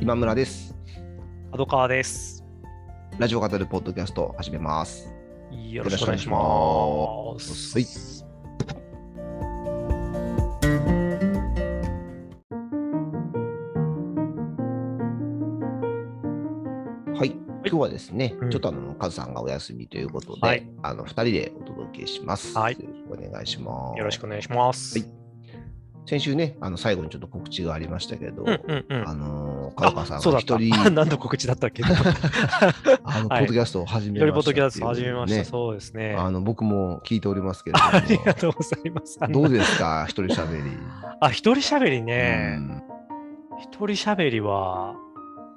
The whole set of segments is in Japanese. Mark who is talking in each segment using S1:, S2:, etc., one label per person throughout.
S1: 今村です。
S2: 角川です。
S1: ラジオ語るポッドキャストを始めます。
S2: よろしくお願いし
S1: よ
S2: ま
S1: ろしく
S2: す。
S1: お願いしはい。今日はですね、
S2: うん
S1: ちょっとあの、カズさんがお休みということで、
S2: はい
S1: あの、二人でお届けします。
S2: はい
S1: よろしくお願いします。
S2: よろしくお願いします。
S1: はい先週ね、あの、最後にちょっと告知がありましたけど、
S2: うんうんうん。
S1: あのー、カズカさ
S2: あ、
S1: ん
S2: そう
S1: が
S2: だ
S1: 一
S2: った。
S1: 人、
S2: 何度告知だった っけ
S1: あの、ポ
S2: は
S1: ッ
S2: い
S1: ドキャストを始
S2: 一
S1: めましたっていうことでね。
S2: 人ポッドキャスト始めました。そうですね。
S1: あ
S2: あ
S1: の僕も聞いております けれ
S2: りが
S1: ど
S2: とうございます。あの
S1: も、どうですか、一人喋り。
S2: あ、一人喋り
S1: う
S2: ね。
S1: ん
S2: 一人喋りは、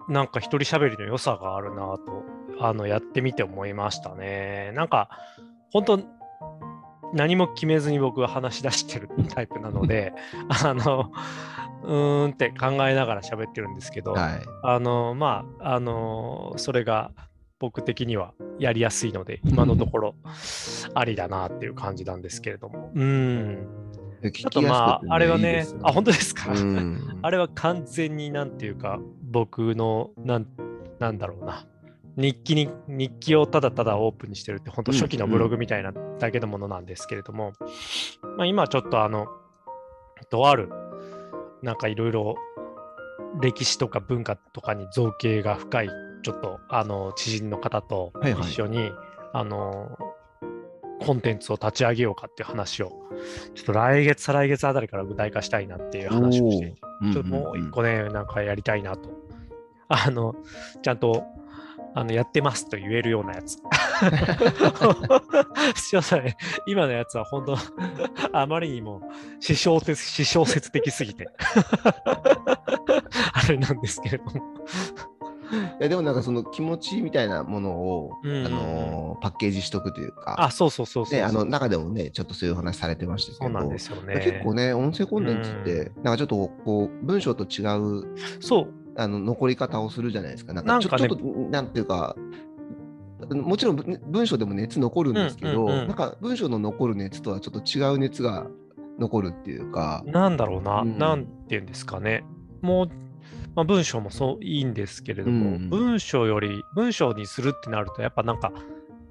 S2: なんか一人喋りの良さがあるなと、あの、やってみて思いましたね。なんか、本当何も決めずに僕は話し出してるタイプなので、あの、うーんって考えながら喋ってるんですけど、
S1: はい。
S2: あのまああのそれが僕的にはやりやすいので今のところありだなっていう感じなんですけれどもうん
S1: 聞
S2: ちょ
S1: き
S2: っと
S1: やすくてね
S2: まああれはい
S1: い
S2: ね
S1: ですよ
S2: あ本当ですか、
S1: うん
S2: あれは完全になんていうか僕のなんなんだろうな日記に日記をただただオープンにしてるって本当
S1: うん
S2: 初期のブログみたいなだけのものなんですけれども、まあ、今ちょっとあのとあるなんかいろいろ歴史とか文化とかに造形が深いちょっとあの知人の方と
S1: はいはい
S2: 一緒に、あのコンテンツを立ち上げようかっていう話をちょっと来月再来月あたりから具体化したいなっていう話をしていて
S1: おー
S2: ちょっともう一
S1: ん
S2: 個ね、なんかやりたいなと。あの、ちゃんと、あの、やってますと言えるようなやつ。 すいません、今のやつは本当、あまりにも、私小説、私小説的すぎて。 あれなんですけれども。
S1: うんうんいやでもなんかその気持ちみたいなものを、
S2: うんうんうん
S1: あのーパッケージしとくというか、
S2: あ、そうそうそうそう
S1: ね、あの
S2: そう
S1: 中でもね、ちょっとそういう話されてましたけ
S2: そう
S1: ど、
S2: なんですよね。
S1: 結構ね、音声コンテンツって、なんかちょっとこう文章と違う
S2: そう、
S1: あの残り方をするじゃないですか。なんかちょ
S2: なんかね
S1: ちょっとなんていうか、もちろんぶ文章でも熱残るんですけど、
S2: うんうんうん
S1: なんか文章の残る熱とはちょっと違う熱が残るっていうか、
S2: なんだろうな、
S1: うん
S2: なんていうんですかね。もう、まあ、文章もそういいんですけれど
S1: うん
S2: も、
S1: うん
S2: 文章より文章にするってなるとやっぱなんか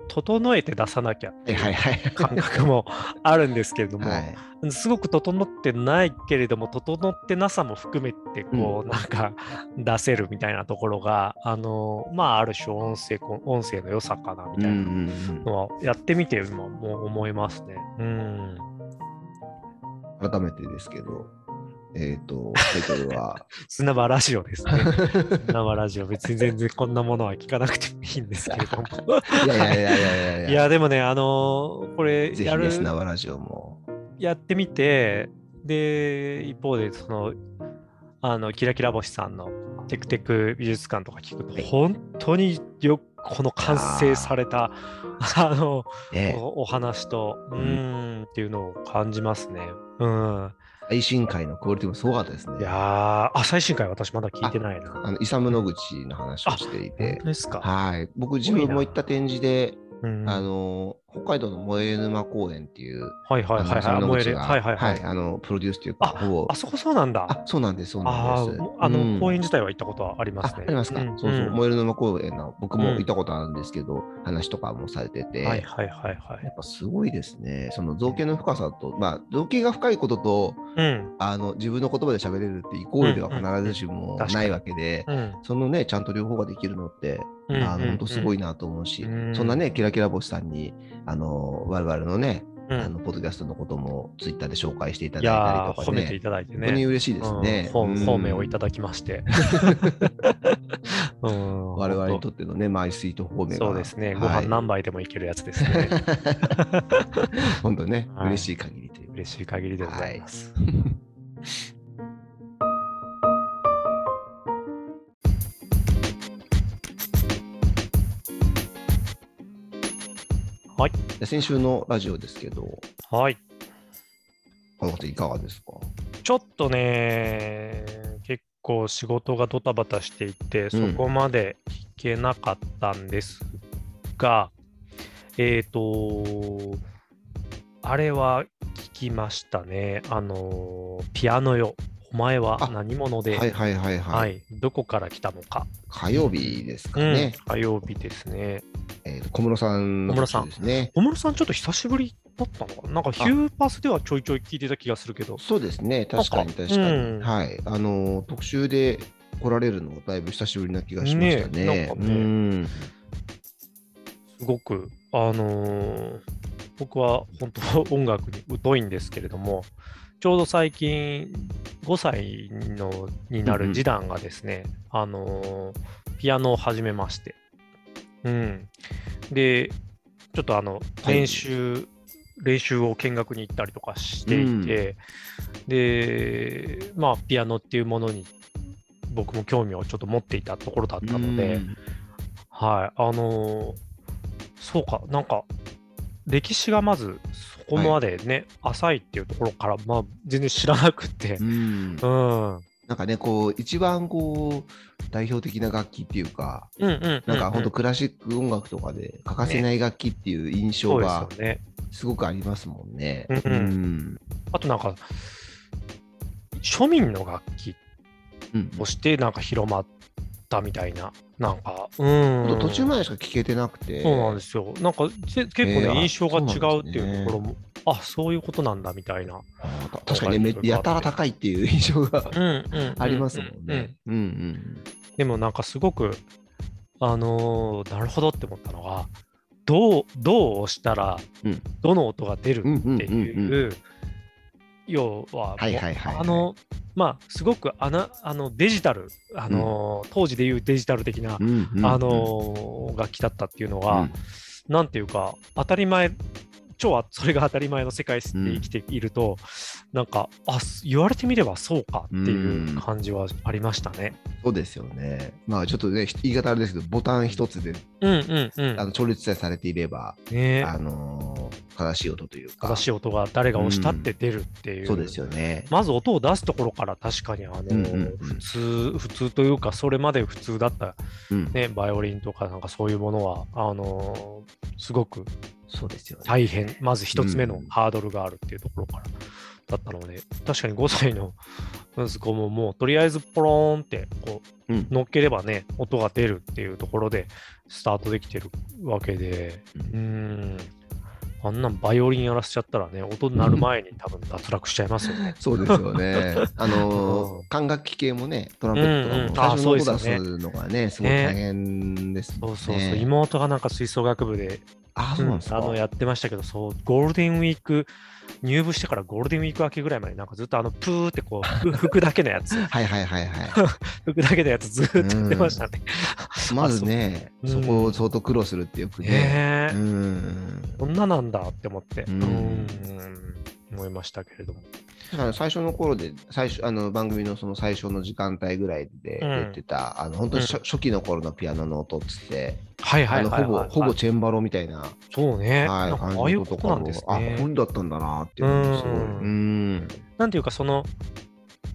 S2: 整えて出さなきゃって
S1: はい
S2: いう
S1: はいはい。
S2: 感 覚もあるんですけれども、
S1: はい、
S2: すごく整ってないけれども整ってなさも含めてこう、なんか出せるみたいなところがあのまあある種音声こ音声の良さかなみ
S1: うん
S2: た
S1: う
S2: いなん
S1: うん
S2: のはやってみて今もう思いますね。うん
S1: 改めてですけど、えっ、と、タイトルは、
S2: 砂場ラジオ ですね。砂場ラジオ、別に全然こんなものは聞かなくてもいいんですけれども。
S1: いやいやいやいやいや
S2: いや、でもね、あのーこれ
S1: ぜひ
S2: やる
S1: ね、、砂場ラジオも。
S2: やってみて、で、一方で、その、あの、キラキラ星さんのテクテク美術館とか聞くと、本当によくこの完成された、 あの、
S1: ね、
S2: おお話と、うーん、っていうのを感じますね。うん。
S1: 最新回のクオリティもすごかったですね。
S2: いやーあ、最新回私まだ聞いてないな。
S1: あのイサム・ノグチの話をしてい
S2: 本
S1: て
S2: 当、ですか。
S1: はい、僕、自分も行った展示で、
S2: うん
S1: あの北海道の萌え沼公園っていう、
S2: はいはいはいはい。
S1: あの
S2: 燃え
S1: イサム野口
S2: る。
S1: が
S2: はいはいはい。
S1: あのプロデュースというか、
S2: あ
S1: ほぼ
S2: あそこそうなんだ。
S1: あそうなんです、そうな
S2: あ
S1: ん
S2: ー
S1: です
S2: も。うあ
S1: うん
S2: の、公園自体は行ったことはあります
S1: あ
S2: ね。
S1: ありますか、
S2: ん
S1: そうそう、
S2: ん
S1: 燃える沼公園の僕も
S2: うん
S1: 行ったことあるんですけど、話とかもされてて、
S2: はいはいはいは
S1: や
S2: い。
S1: っぱすごいですね、その造形の深さと、まあ、造形が深いことと
S2: うん。
S1: あの、自分の言葉で喋れるってイコールでは必ずしも
S2: うんうん
S1: ないわけで、
S2: うん。
S1: そのね、ちゃんと両方ができるのって、
S2: うん
S1: あの本当すごい
S2: い。
S1: なと思うし、
S2: うん
S1: そんなね、キラキラ星さんに、あの我々のね、
S2: うん
S1: あのポッドキャストのこともツイッターで紹介していた
S2: い
S1: だ
S2: や
S1: い
S2: ー
S1: たりとか
S2: 褒めて
S1: ね
S2: い、ただいて
S1: 本当に
S2: ね。
S1: 嬉しいですね。
S2: うん
S1: うん
S2: 褒褒めをいただきま して。うん
S1: 我々にと
S2: っ
S1: ってのね、マイスイート方面が。
S2: そうですね。ご
S1: は
S2: 飯
S1: い
S2: 何杯でもいけるやつですね。
S1: 本当ね、
S2: はい
S1: 嬉しい限りという。
S2: 嬉しい限りでございます。
S1: で先週のラジオですけど、
S2: はい。
S1: このこといかがですか
S2: ちょっとね、結構仕事がドタバタしていて、そこまで聞けなかったんですが、えっ、と、あれは聞きましたね。あの、ピアノよ、お前は
S1: あ
S2: 何者で、
S1: はいはいはいは。
S2: はいいどこから来たのか、
S1: 火曜日ですか
S2: うん
S1: ね。
S2: 火曜日ですね。
S1: えーと小室さんの
S2: 小室さん
S1: 話ですね。
S2: 小室さん、ちょっと久しぶりだったのかななんかヒューパスではちょいちょい聞いてた気がするけど、
S1: そうですね、確かに
S2: なん
S1: 確
S2: か
S1: かに。
S2: うん
S1: はい。あのー、特集で来られるのはだいぶ久しぶりな気がしましたね。
S2: ねなんかね
S1: うん。
S2: すごく、あのー僕は本当音楽に疎いんですけれども、ちょうど最近5歳のにな
S1: うんう
S2: る
S1: ん
S2: 次男がですね、あのーピアノを始めまして、うん、でちょっとあの
S1: はい
S2: 練習、練習を見学に行ったりとかしていて、でまあピアノっていうものに僕も興味をちょっと持っていたところだったので、
S1: うん
S2: はい、あのーそうか、なんか、歴史がまずそこまでね、浅いっていうところから、まあ、全然知らなくて
S1: う、ん
S2: う。ん、うん、
S1: なんかね、こう、一番こう、代表的な楽器っていうか、
S2: うん、うん。
S1: なんか本当
S2: うん
S1: クラシック音楽とかで欠かせない楽器っていう印
S2: そ
S1: 象
S2: うで
S1: が
S2: すよね。
S1: すごくありますもんね。
S2: うんうん
S1: ん
S2: あとなんか、庶民の楽器
S1: うん
S2: として、なんか広まったみたいな、なんか、うん。
S1: 途中までしか聞けてなくて、
S2: そうなんですよ。なんか、せ結構ね、
S1: えーあ
S2: 印象が
S1: そう
S2: 違う
S1: な
S2: っ
S1: ん
S2: て
S1: ですね
S2: いうところも、あ、そういうことなんだみたいな。
S1: あた確かにね
S2: そうか
S1: め、やたら高いっていう印象が
S2: うん、うんうん。
S1: ありますもん
S2: うう
S1: ね。うんうん
S2: でもなんかすごく、あのーなるほどって思ったのが、どう、どう押したら
S1: うん、
S2: どの音が出る
S1: うんうん
S2: ってい
S1: う
S2: う、
S1: ん
S2: 要はもう、
S1: はいはいはいはい
S2: あの、まあ、すごくあなあのデジタル、あのー当時でいうデジタル的な、
S1: うんうんうん
S2: あのー楽器だったっていうのが、
S1: うん
S2: なんていうか、当たり前、超あそれが当たり前の世界で生きていると、なんかあ、言われてみればそうかっていう感じはありましたね。
S1: そうですよね。まあちょっとね、言い方あれですけど、ボタン一つで
S2: うんうんうん。
S1: あの調律さえされていれば、
S2: ね
S1: あのー正しい音というか、
S2: 正しい音が誰が押したって出るっていう、
S1: そうですよね。
S2: まず音を出すところから確かにあの、
S1: うんうんうん
S2: 普通普通というかそれまで普通だった、
S1: うん
S2: ね、バイオリンとかなんかそういうものはあのすごく
S1: そうですよね。
S2: 大変まず一つ目
S1: う
S2: の
S1: ん
S2: ハードルがあるっていうところからだったので、確かに5歳の息子ももうとりあえずポローンってこ
S1: うん
S2: う乗っければね音が出るっていうところでスタートできてるわけでうーんあんなんバイオリンやらせちゃったらね、音鳴る 前に多分脱落しちゃいますよね。
S1: そうですよ ね。あ
S2: う
S1: の
S2: ん
S1: ー管楽器系もね、トランペットとかも、
S2: うんうん
S1: 最初の
S2: あ
S1: 音
S2: そうですよね
S1: 出すのがね、すごい大変ですも
S2: そ
S1: ん
S2: う
S1: ね。
S2: そうそう、妹がなんか吹奏楽部で、
S1: あ、そうなんです
S2: あ
S1: か。
S2: のやってましたけど、そう、ゴールデンウィーク、入部してからゴールデンウィーク明けぐらいまで、なんかずっとあの、プーってこう、ふ吹くだけのや つ、
S1: はいはいはい は
S2: 吹くだけのやつずーっとやってましたね。
S1: い。ま ずね、
S2: あそ
S1: そうこを相当苦労するってよくね。
S2: ね
S1: う
S2: え、
S1: ん。
S2: こんななんだって思って、う
S1: うん
S2: ーん、思いましたけれども。
S1: だから最初の頃で、最初、あの番組のその最初の時間帯ぐらいで
S2: うん
S1: 言ってた、あの本当に初,、初期の頃のピアノの音っつって、
S2: はいはいはい、はい
S1: あのほぼ、ほぼチェンバロみたいな、はい、
S2: そうね、なんか
S1: 感じ
S2: ああい
S1: の
S2: う
S1: 音
S2: ことと
S1: か
S2: なん
S1: も
S2: です、
S1: あ、こうい
S2: ね。
S1: うんだったんだなっていうのがすごい。
S2: うん
S1: うん。
S2: なんていうかその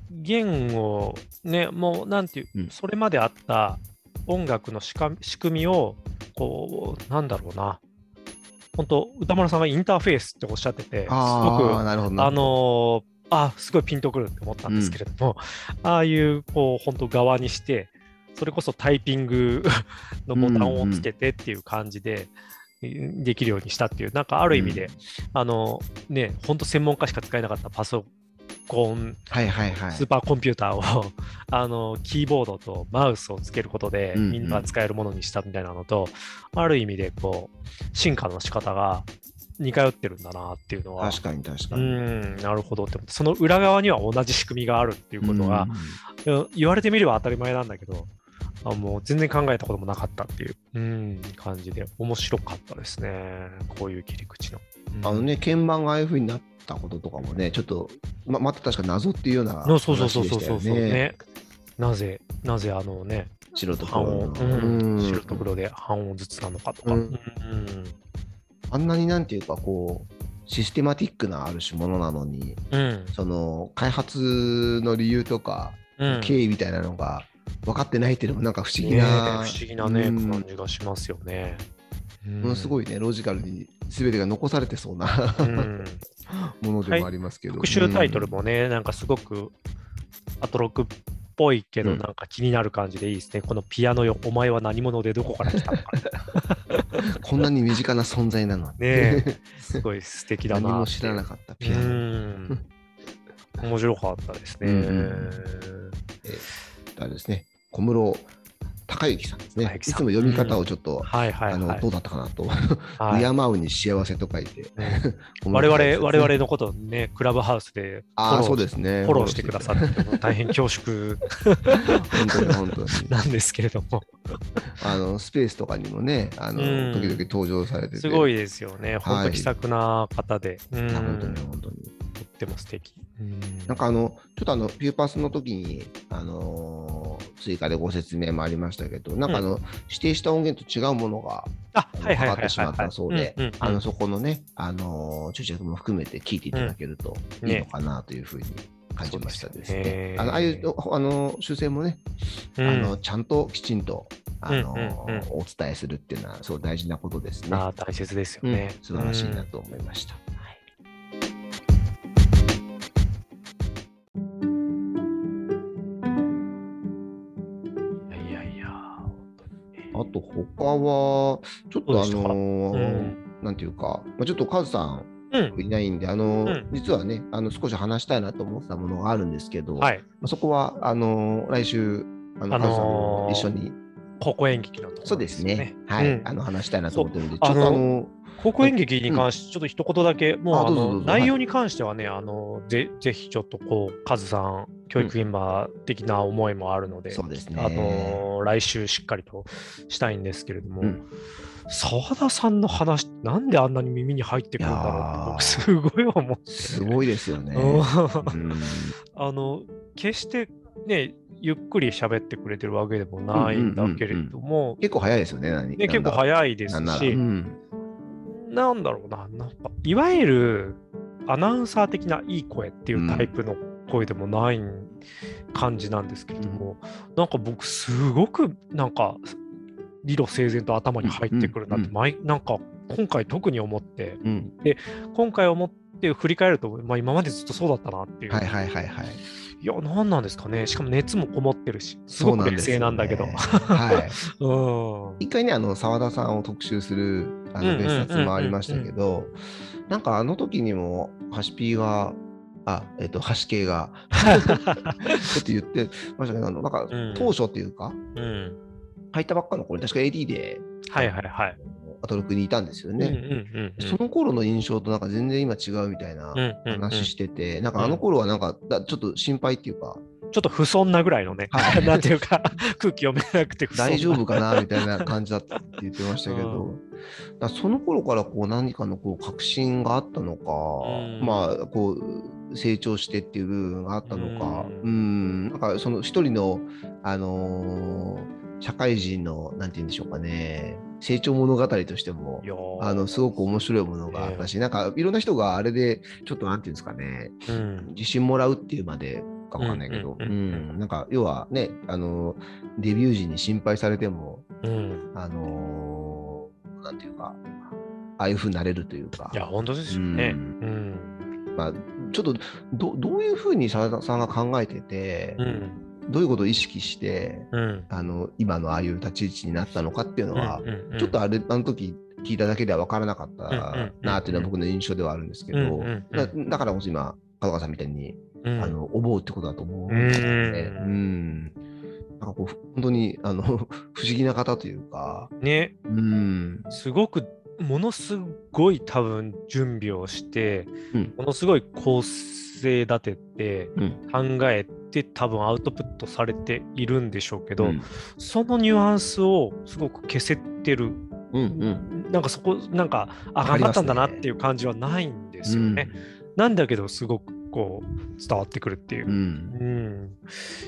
S2: 言語ねもうなんていう、
S1: うん
S2: それまであった音楽のしか仕組みをこうなんだろうな本当歌丸さんがインターフェースっておっしゃっててすごく
S1: ああ、
S2: あ
S1: なるほど。なるほど
S2: のあすごいピンとくるって思ったんですけれども、ああいうこう本当側にしてそれこそタイピング のボタンをつけてっていう感じで。できるようにしたっていう、なんかある意味で、
S1: うん
S2: あのね、本当専門家しか使えなかったパソコン、
S1: はいはいはい。
S2: スーパーコンピューターを あのキーボードとマウスをつけることで、
S1: うんうん
S2: みんなが使えるものにしたみたいなのと、ある意味でこう進化の仕方が似通ってるんだなっていうのは。
S1: 確かに確か
S2: う
S1: に。
S2: んなるほどって思ってその裏側には同じ仕組みがあるっていうことが
S1: う、ん
S2: うん言われてみれば当たり前なんだけどあもう全然考えたこともなかったっていう、うん、感じで面白かったですねこういう切り口の。うん
S1: あのね、鍵盤がああいう風になったこととかもね、ちょっと、ままた確か謎っていうような話
S2: の
S1: で
S2: そうそうそうそ
S1: し
S2: う
S1: た
S2: そ
S1: よ
S2: うそう
S1: ね。
S2: ね。なぜ、なぜあのね、
S1: 白と
S2: 半
S1: 黒
S2: 音、
S1: の
S2: うん、
S1: うん
S2: 白と黒で半音ずつなのかとか。
S1: うん
S2: うん
S1: あんなになんていうか、こう、システマティックなある種ものなのに、
S2: うん
S1: その、開発の理由とか、
S2: うん
S1: 経緯みたいなのが分かってないっていうのもなんか不思議
S2: ねえ
S1: な、
S2: 不思議なね、
S1: うん
S2: 感じがしますよね。
S1: ものす
S2: い、
S1: ごいね、ロジカルに全てが残されてそうな
S2: うん
S1: ものでもありますけど。
S2: 復習タイトルもね、なんかすごくアトロックっぽいけど、
S1: うん
S2: なんか気になる感じでいいですね。このピアノよ、お前は何者でどこから来たのか。
S1: こんなに身近な存在なのに
S2: ね え、すごい素敵だ
S1: 何
S2: な。
S1: も知らなかったピア
S2: う
S1: ノ。
S2: ん。面白かったですね。
S1: うんあれですね、小室孝之さんですね。
S2: 孝
S1: い
S2: 之さん
S1: つも読み方をちょっと、
S2: はいはい
S1: あ
S2: は
S1: の
S2: い
S1: どうだったかなと、
S2: はい。
S1: 敬うに幸せと書いて、小
S2: 我
S1: 室孝之さんで
S2: 々、
S1: すね
S2: 我々のことをね、クラブハウスでフ
S1: ああ、
S2: ォ
S1: そう
S2: ロー
S1: ですね。
S2: フォローしてくださって、大変恐縮
S1: 本当に本 当に。
S2: なんですけれど も、
S1: あのスペースとかにもね、あの
S2: うん
S1: 時々登場されてて。
S2: すご
S1: い。
S2: いですよね。本当気さくな方で、うん
S1: 本当に本当に。
S2: とっても素敵。うん
S1: なんかあの、ちょっとあの、ピューパスの時に、あのー追加でご説明もありましたけど、なんかあの、指定した音源と違うものが
S2: あ
S1: あの
S2: はいはい
S1: か
S2: は
S1: かっ
S2: いはい
S1: てしまったそうで
S2: うんうんうん、
S1: あの、そこのね、あのー注釈も含めて聞いていただけると
S2: うん
S1: い
S2: ね
S1: いのかなというふうに感じましたです
S2: そうです
S1: ね
S2: よね。
S1: あの、ああいう、あの、修正もね、
S2: う
S1: あ
S2: ん
S1: のちゃんときちんとあの、
S2: うんうんうん
S1: お伝えするっていうのはすごい大事なことですね。
S2: ああ大切ですよね
S1: う。ん素晴らしいなと思いました。
S2: うんいやいやいや、本
S1: あと他はちょっとあ
S2: どうでしたか
S1: の
S2: 当に
S1: ーなんていうか、まあ、ちょっとカズさん
S2: うん。
S1: いないんであのー、
S2: うん
S1: 実はねあの少し話したいなと思ってたものがあるんですけど、
S2: うん。はい。
S1: まあ、そこはあのー来週あの、
S2: あのー
S1: カズさんも一緒に
S2: 高校演劇のところ
S1: そうですねはい、あの話したいなと思ってるんでち
S2: そう
S1: ょっとあの
S2: あ
S1: ー
S2: 高校演劇に関して、ちょっと一言だけ、もう
S1: あ
S2: あ
S1: どうぞどう
S2: の
S1: ぞ
S2: 内容に関してはね、あのぜぜひちょっとこう、カズさん、教育現場的な思いもあるので、
S1: そうですね
S2: あの来週しっかりとしたいんですけれども
S1: うん、
S2: 澤、田さんの話、なんであんなに耳に入ってくるんだろうって、僕、すごい思って。
S1: すごいですよね。
S2: う
S1: うんん
S2: あの決してね、ゆっくり喋ってくれてるわけでもないんだけれども、
S1: 結構早いですよね、何
S2: ね、結構
S1: い
S2: 早いです
S1: なんなら
S2: し
S1: う、ん
S2: なんだろうな、なんかいわゆるアナウンサー的ないい声っていうタイプの声でもない感じなんですけれども、なんか僕、すごくなんか理路整然と頭に入ってくるなっ
S1: うん
S2: て、
S1: うん
S2: 毎なんか今回特に思って、
S1: うん、
S2: 今回思って振り返ると、まあ、今までずっとそうだったなっていう、
S1: はいはいはいはい。
S2: いや、なんなんですかね、しかも熱もこもってるし、すごく冷静なんだけど。
S1: そうなん ですよねは
S2: うん
S1: い、一回ね、あの澤田さんを特集するあ
S2: う
S1: の
S2: んうん
S1: 別冊もありましたけど、なんかあの時にも、ハシピーが、あ、えっと、ハシ系が、ちょっと言ってましたけど、あのなんか
S2: うん
S1: 当初っていうか、
S2: うん、
S1: 入ったばっかの頃に、確か AD で
S2: はいはいはい。
S1: アトロックにいたんですよ
S2: うん
S1: ね。
S2: うんうんうん
S1: その頃の印象となんか全然今違うみたいな
S2: うんうんうん
S1: 話してて、なんかあの頃はなんかだちょっと心配っていう か、
S2: ちょっと不損なぐらいのね、
S1: はい
S2: なんていうか、空気読めなくて不遜な
S1: 大丈夫かなみたいな感じだったって言ってましたけど、だからその頃からこう何かのこう確信があったのか、
S2: うん
S1: まあこう成長してっていう部分があったのか、う、
S2: うん
S1: なんかその一人の、あのー社会人のなんて言うんでしょうかね成長物語としても
S2: いやー
S1: あのすごく面白いものがあったし、なんかいろんな人があれでちょっとなんていうんですかね
S2: うん
S1: 自信もらうっていうまでかわかんないけど、
S2: う
S1: うんん
S2: うんうん
S1: なんか要はね、あのデビュー時に心配されても、
S2: うん
S1: あのなんていうか、ああいうふうになれるというか
S2: い、や、本当ですよね。
S1: う
S2: うん。
S1: まあ、ちょっとどどういうふうにさださんが考えてて
S2: う、ん。
S1: どういうことを意識して、
S2: うん。
S1: あの今のああいう立ち位置になったのかっていうのは、
S2: うんうん
S1: ちょっとあれ、あの時聞いただけでは分からなかったなっていうのは僕の印象ではあるんですけど、
S2: うんうんうん
S1: だだからこそ今、門川さんみたいに
S2: うん
S1: あの思うってことだと思うんですよね。
S2: う
S1: うんん。なんかこう本当にあの 不思議な方というか、
S2: ね、
S1: うん、
S2: すごく、ものすごい多分準備をして、
S1: うん
S2: ものすごい構成立てて、
S1: うん、
S2: 考えて、多分アウトプットされているんでしょうけど、
S1: うん、
S2: そのニュアンスをすごく消せてる
S1: うん、うん、
S2: なんかそこなんかあ
S1: か
S2: 頑
S1: り
S2: 張
S1: ますね
S2: ったんだなっていう感じはないんですよね。なんだけどすごくこう伝わってくるっていうう。
S1: ん、
S2: うん、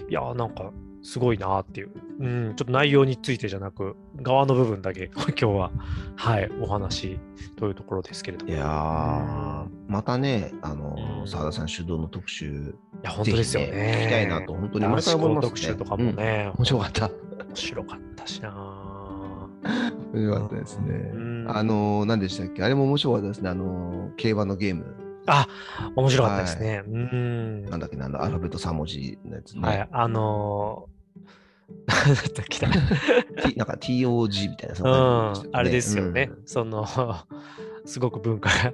S2: いやーなんかすごいなーっていう、うん。ちょっと内容についてじゃなく側の部分だけ 今日ははいお話というところですけれど
S1: い
S2: も。い
S1: や
S2: や
S1: ーまたね、あの
S2: うん
S1: 澤田さん主導の特集、
S2: 本当ですよ
S1: ぜ
S2: ね
S1: ひ。聞きたいなと本当に
S2: 男
S1: 毎
S2: 子
S1: 回思い
S2: 校
S1: ますね
S2: 特集とかもね、
S1: 面白かった。
S2: 面白かったしな
S1: 面白かったですね
S2: うん
S1: あの何でしたっけ？あれも面白かったですね。あの競馬のゲーム。
S2: ー。あ、面白かったですね。うん。
S1: なんだっけ、なんだ、アルファベット3文字のやつね。
S2: はい、あのー、何だったっけな。
S1: T- なんか TOG みたいな、そんな感じでしたよ
S2: うん、あれですよね。
S1: うん
S2: その、 すごく文化が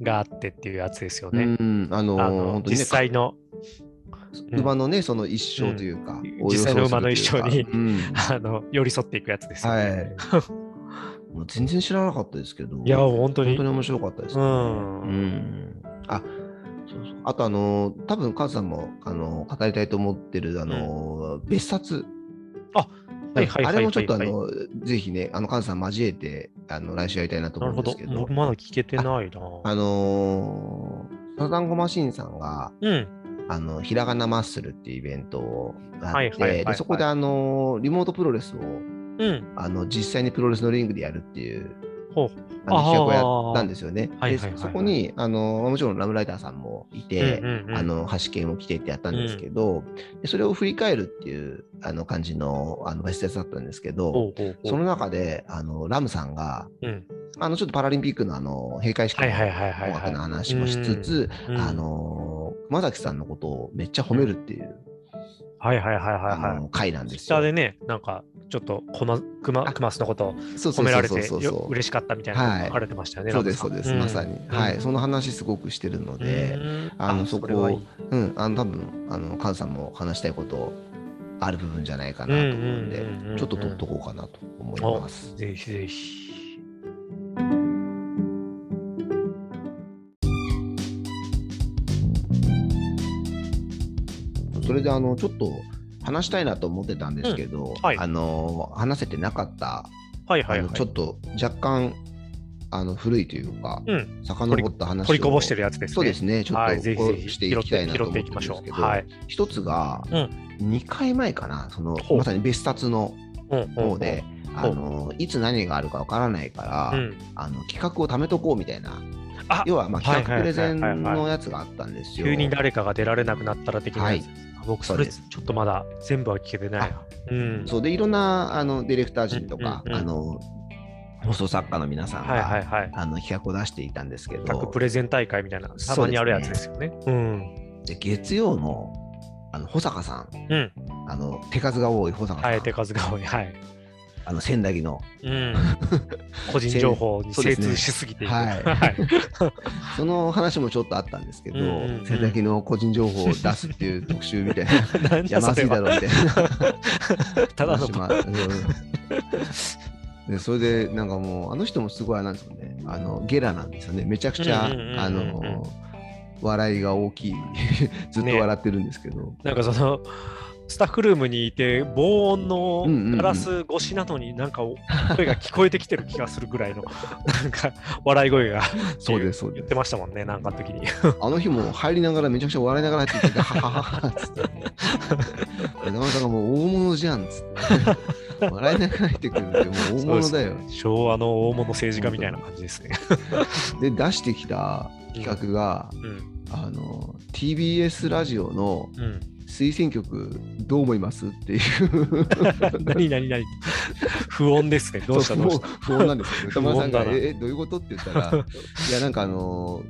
S2: があってっていうやつですよね。
S1: うん、あのー
S2: あの
S1: 本当
S2: 実
S1: にね、
S2: 際の、 うん
S1: 馬のね、その一生というか、
S2: ん
S1: およそ
S2: 実際の馬の一生に
S1: すると いうか
S2: あの、寄り添っていくやつです
S1: うん
S2: よ
S1: は
S2: ね。
S1: い。もう全然知らなかったですけど、
S2: いや、本当
S1: 本
S2: に。
S1: 当に面白かったです
S2: う
S1: ね。
S2: ん。
S1: うんあそうそうあとあのー多分カズさんもあのー語りたいと思ってるあのー、別冊
S2: はいはいはいはい、はい。
S1: あれもちょっとあのぜひねあのカズさん交えてあの来週やりたいなと
S2: な
S1: 思う
S2: る
S1: んで
S2: ほど
S1: すけ。ど
S2: 僕まだ聞けてないな。
S1: あのーサザンゴマシンさんが
S2: うん。
S1: あのひらがなマッスルっていうイベントをやって、
S2: はいはいはいはい
S1: でそこであのーリモートプロレスを
S2: うん。
S1: あの実際にプロレスのリングでやるっていう
S2: ほう。
S1: あの企画
S2: あー
S1: をやったんですよね。
S2: はい
S1: で
S2: はいはいはい
S1: そこにあのーもちろんラムライダーさんもいて、
S2: うんうんうん
S1: あの橋系も来てってやったんですけど、でそれを振り返るっていうあの感じのあの別冊だったんですけど、
S2: ほうほうほう
S1: その中であのラムさんが
S2: うん。
S1: あのちょっとパラリンピックのあの閉会式
S2: は
S1: の
S2: いはい
S1: 音
S2: はいはい、はい。
S1: 楽の話もしつつ、
S2: うん、うん
S1: あ、の熊崎さんのことをめっちゃ褒めるっていう、
S2: はいはいはいはい
S1: あ
S2: は
S1: の回なん
S2: い。ツ
S1: で
S2: イッ
S1: す
S2: タ
S1: よ
S2: ー。でね、なんか、ちょっとコマ、クマ、
S1: あ
S2: クマスのことを
S1: そう
S2: 褒
S1: そう
S2: め
S1: そ
S2: ら
S1: う
S2: れて
S1: そうそう
S2: よ嬉しかったみたいな
S1: は
S2: の
S1: い
S2: 書かれてましたよね。
S1: そうです
S2: ラ
S1: そう
S2: ム
S1: で
S2: さ
S1: す、まさ
S2: ん
S1: に、はい。その話すごくしてるの
S2: うん
S1: で、
S2: うん
S1: あのそこ
S2: れはいい
S1: うん、あの多分あのカズさんも話したいことある部分じゃないかなと思うんで、
S2: うんうんうんうん
S1: ちょっと取っとこうかなと思います。
S2: ぜひぜひ。
S1: それであのちょっと話したいなと思ってたんですけど、
S2: んはい
S1: あの話せてなかった、
S2: はいはい
S1: あの
S2: は
S1: ちょ
S2: い。
S1: っと若干あの古いというか、
S2: うん
S1: 遡った話を
S2: 取りこぼしてるやつですね。
S1: そうですねちょっ
S2: は
S1: と
S2: い、ぜひ
S1: こ
S2: ぜ
S1: う
S2: ひ
S1: して
S2: 拾
S1: い
S2: っ
S1: きた
S2: て
S1: いなと
S2: 拾
S1: 思っ
S2: っ
S1: て
S2: て
S1: る
S2: いき
S1: んで
S2: ましょ
S1: すけ
S2: う。
S1: ど、
S2: はい。
S1: 一つが、
S2: うん
S1: 2回前かなその
S2: ほう
S1: まさに別冊の
S2: うんうん
S1: 方で、あのいつ何があるかわからないから、
S2: うん
S1: あの企画を貯めとこうみたいな
S2: あ
S1: 要はまあ
S2: はい
S1: 企
S2: はい
S1: 画プ
S2: はいはい
S1: レゼンのやつがあったんですよ。
S2: 急に誰かが出られなくなったら的なやつですか僕、そ
S1: そう
S2: れ
S1: です
S2: ちょっとまだ全部は聞けてないな。うん。
S1: そうでいろんなあのディレクター陣とか、
S2: うんうんうん
S1: あの放送作家の皆さんが、
S2: はいはいはい。
S1: あの企画を出していたんですけ
S2: 企画
S1: ど
S2: プレゼン大会みたいな、た
S1: そ
S2: ま
S1: うですね
S2: にあるやつですよね。うん。
S1: で月曜のあの保坂さん
S2: うん。
S1: あの手数が多い保坂さん、
S2: はい、手数が多い。はい。
S1: あの仙台木の
S2: うん。個人情報に
S1: そうで
S2: 精
S1: すね
S2: 通しすぎている。
S1: はい
S2: はい。
S1: その話もちょっとあったんですけど、
S2: うんうんうん
S1: 仙台木の個人情報を出すっていう特集みたいない
S2: なん
S1: や
S2: だ
S1: ま
S2: そ
S1: ず
S2: れ
S1: いだ
S2: は。
S1: ろうみたいな。
S2: ただの
S1: 話もあうんでそれでなんかもうあの人もすごいあれなんですよねあのゲラなんですよねめちゃくちゃ
S2: うんうんうんうんうん
S1: あの笑いが大きいずっと笑ってるんですけど、
S2: なんかそのスタッフルームにいて防
S1: う
S2: 音
S1: んうんう
S2: の
S1: ん
S2: ガラス越しなのになんかお声が聞こえてきてる気がするぐらいのなんか笑い声が
S1: そうですそうで
S2: 言っ
S1: す
S2: てましたもんねなんかの時に
S1: あの日も入りながらめちゃくちゃ笑いながら入ってきて「はははは」っつってでなかなかもう大物じゃんっつって笑いながら入ってくるってもう大物だよ
S2: 昭和の大物政治家みたいな感じですね、
S1: で出してきた企画が
S2: うん
S1: あの TBS ラジオの「
S2: うん、
S1: 推薦曲どう思いますっていう。
S2: 何何何不穏です ねどうしたどうした
S1: 不穏なんですよ。歌
S2: 不穏だ
S1: 丸さ
S2: な
S1: んが、え、えどういうことって言った ら、いや、なんかあの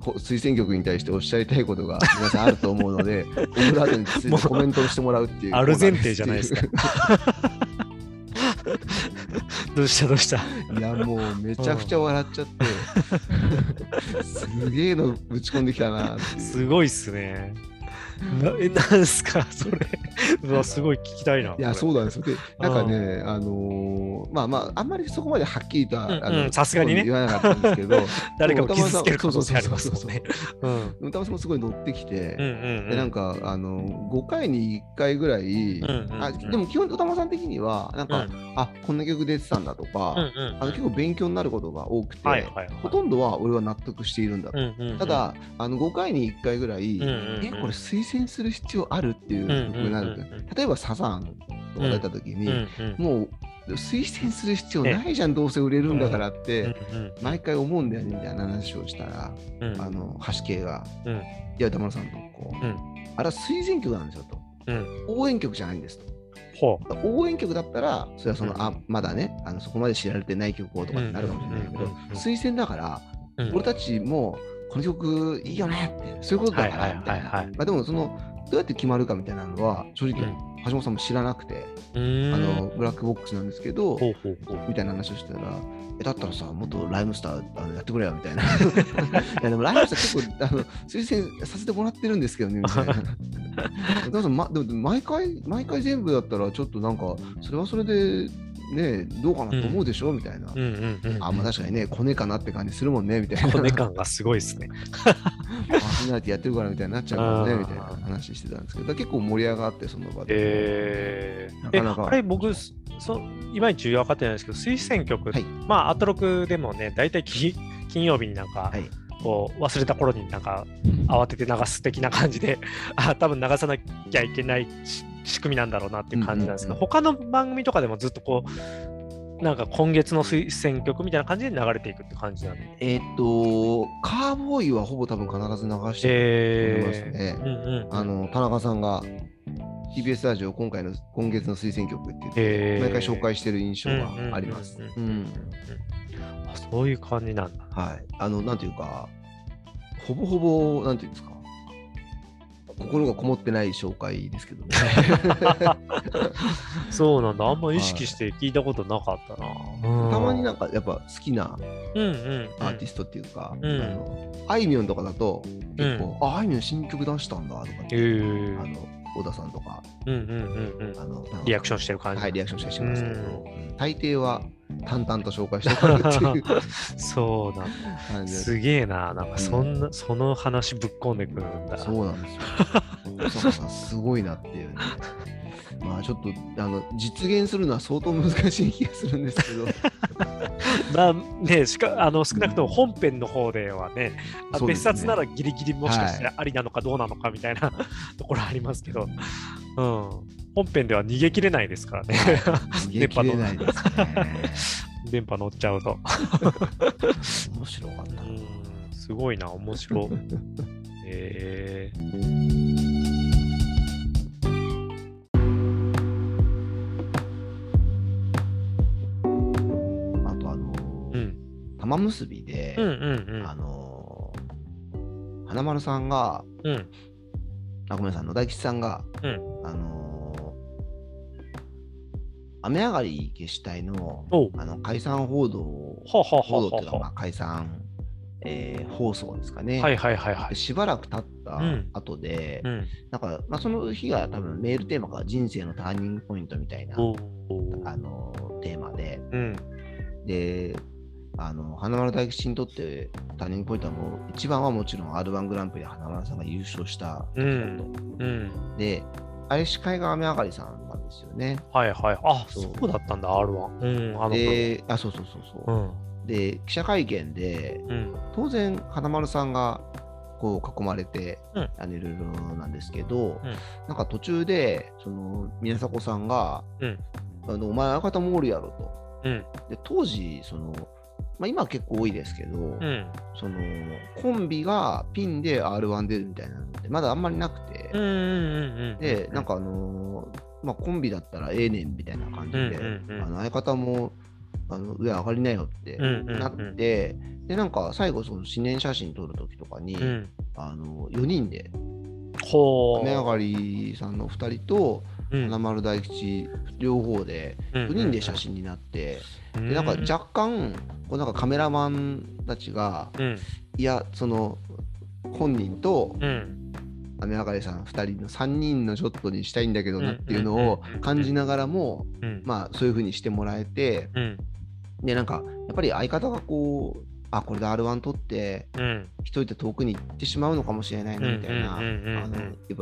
S1: ーこ推薦曲に対しておっしゃりたいことが皆さんあると思うので、オブラートについ
S2: もう
S1: てコメントをしてもらうっていう。
S2: ある前提じゃないですか。どうしたどうした
S1: いや、もうめちゃくちゃ笑っちゃ って、すげえのぶち込んできたなっていう。
S2: すごいっすねなえなんすかそれうわすごい聞きたいない
S1: いや、そうなんですよ。で、なんかね、あのーまあまあ、あんまりそこまではっきりとは、
S2: うんうん
S1: あの
S2: さすがにね
S1: 言わなかったんです けど、
S2: 誰かを傷つける可能性ありますもんね。うん
S1: 歌丸さんもすごい乗ってきて、
S2: うんうんう
S1: でなん
S2: ん
S1: かあの5回に1回ぐらい、
S2: うんうんうん
S1: あでも基本歌丸さん的にはなんか、
S2: うん
S1: あこんな曲出てたんだとか、
S2: うんうん
S1: あの結構勉強になることが多くて、
S2: はいはいはい
S1: ほとんどは俺は納得しているんだと、
S2: うんうんうん
S1: ただあの5回に1回ぐらい、
S2: うんうんうん
S1: えこれ推薦する必要あるっていう曲になる、
S2: うんうんうん
S1: 例えばサザンとか出た時
S2: うん
S1: に、
S2: うん
S1: もう推薦する必要ないじゃん、どうせ売れるんだからって、
S2: うん
S1: 毎回思うんだよねみたいな話をしたら、
S2: うんうん
S1: あの橋系が、
S2: うん
S1: いや歌丸さんとこう、
S2: うん
S1: あれは推薦曲なんですよと、
S2: うん
S1: 応援曲じゃないんですと
S2: ほう
S1: 応援曲だったらそれはその、
S2: うん
S1: あまだねあのそこまで知られてない曲をとかってなるかもしれないけど、
S2: うんうんうんうん
S1: 推薦だから、
S2: うん
S1: 俺たちもこの曲いいよねってそういうことだからみたいな、
S2: はいはいはいはい
S1: まあ、でもそのどうやって決まるかみたいなのは正直
S2: うん
S1: 橋本さんも知らなくて、
S2: うん
S1: あのブラックボックスなんですけど、
S2: ほうほうほう
S1: みたいな話をしてたら、えだったらさ、もっとライムスターあのやってくれよみ たいな。いやでもライムスター結構あの推薦させてもらってるんですけどね、み たいな。でもそのま、でも毎回、毎回全部だったら、ちょっとなんか、それはそれで、ね、どうかなと思うでしょ、みたいな。
S2: うんうんうんうん
S1: あまあ、確かにね、コネかなって感じするもんねみたいな。
S2: コネ感がすごいですね。
S1: パーソナリティやってるからみたいになっちゃうからね
S2: あー
S1: みたいな話してたんですけど、だから結構盛り上がって、その場で。
S2: えー、
S1: なかなか
S2: えあれ僕そいまいち分かってないんですけど推薦曲、
S1: はい
S2: まあアトロクでもね大体き 金曜日になんか、
S1: はい
S2: こう忘れた頃になんか慌てて流す的な感じで あ多分流さなきゃいけないし仕組みなんだろうなっていう感じなんですけど、
S1: うんうん
S2: 他の番組とかでもずっとこうなんか今月の推薦曲みたいな感じで流れていくって感じなんで。
S1: えーっと、カーボーイはほぼ多分必ず流してる
S2: え
S1: 思いますね
S2: ーうんうん、
S1: あの田中さんが TBS ラジオ今回の今月の推薦曲って言って、
S2: えー
S1: 毎回紹介してる印象があります。
S2: うんうんうんうんうんあそういう感じなんだ。
S1: はい。あのなんていうかほぼほぼなんていうんですか心がこもってない紹介ですけど ね。
S2: そうなんだ。あんま意識して聞いたことなかったな。うん
S1: たまになんかやっぱ好きな
S2: うんうん
S1: アーティストっていうか、
S2: うん
S1: あのあいみょんとかだと結構、ああいみょん新曲出したんだとかって、
S2: うん
S1: あの小田さんとか
S2: うんうんうんうん
S1: あのなんか
S2: リアクションしてる感じ。
S1: はいリアクションしてましたけど、
S2: う
S1: うん大抵は淡々と紹介してもらう っていう
S2: そうなんだ。
S1: 感じです
S2: げえな。なんかそんな、その話ぶっ込んでくるんだ。
S1: そうなんですよ。小坂さんすごいなっていうね、 まあちょっとあの実現するのは相当難しい気がするんです けど、
S2: まあね、しかあの少なくとも本編の方ではね、あ
S1: そうで
S2: 別
S1: すね
S2: 冊ならギリギリもしかした
S1: は
S2: らありなのかどうなのかみたいなところありますけど、うん、本編では逃げ切れないですからね、
S1: 逃げ切れないです
S2: 電波乗っちゃうと。
S1: ね。面白かったな。
S2: うんすごいな、面白。 えー
S1: あとあの、
S2: うん、
S1: 玉結びで、
S2: うんうん
S1: あの花丸さんが、
S2: うんうん
S1: あごめんなさい、野田吉さんが、
S2: うん
S1: あの雨上がり決死隊の
S2: おう
S1: あの解散報道を
S2: はあはあ
S1: 報道ってい
S2: は
S1: うのは
S2: あは
S1: まあ解散、えー放送ですかね、
S2: あはいはいはいはい
S1: で。しばらく経った
S2: うん
S1: 後で、
S2: うん
S1: なんか、まあ、その日が多分メールテーマが人生のターニングポイントみたいな、
S2: おう
S1: あのテーマで、
S2: うん
S1: で、あの花丸大吉にとってターニングポイントはもう一番はもちろん R1 グランプリで花丸さんが優勝した時だと。
S2: うん
S1: で、あれ司会が雨上がりさんなんですよね。
S2: はいはい。あ
S1: そう
S2: そうだったんだ、R1。うん、あの頃。
S1: で、あ、そうそうそうそうう、
S2: ん
S1: で、記者会見で、
S2: うん
S1: 当然花丸さんがこう囲まれて、
S2: うん
S1: あのいろいろなんですけど、
S2: うん
S1: なんか途中でその宮迫さんが「
S2: うん
S1: あのお前相方もおるやろ
S2: うん
S1: と」で当時その、まあ、今は結構多いですけど、
S2: うん
S1: そのコンビがピンで r 1出るみたいなのってまだあんまりなくて、
S2: うんうんうんうん
S1: でなんかあのーまあ、コンビだったらええねんみたいな感じで、
S2: うんうんうん
S1: あの相方もあの上上がりなよって
S2: うんうんうん
S1: なって、でなんか最後その記念写真撮る時とかに、
S2: うん
S1: あの4人で
S2: ほう
S1: 雨上がりさんの2人と
S2: うん
S1: 花丸大吉両方で
S2: うん
S1: 4人で写真になって、
S2: うん
S1: でなんか若干こうなんかカメラマンたちが
S2: うん
S1: いやその本人と
S2: うん
S1: 雨上がりさん2人の3人のショットにしたいんだけどなっていう
S2: うんうん
S1: のを
S2: うんうん
S1: 感じながらも、
S2: うん
S1: まあ、そういう風にしてもらえて
S2: うん
S1: でなんかやっぱり相方がこうあこれで r 1取って
S2: うん
S1: 一人で遠くに行ってしまうのかもしれないなみたいなあ
S2: うんうんうんうんうん
S1: の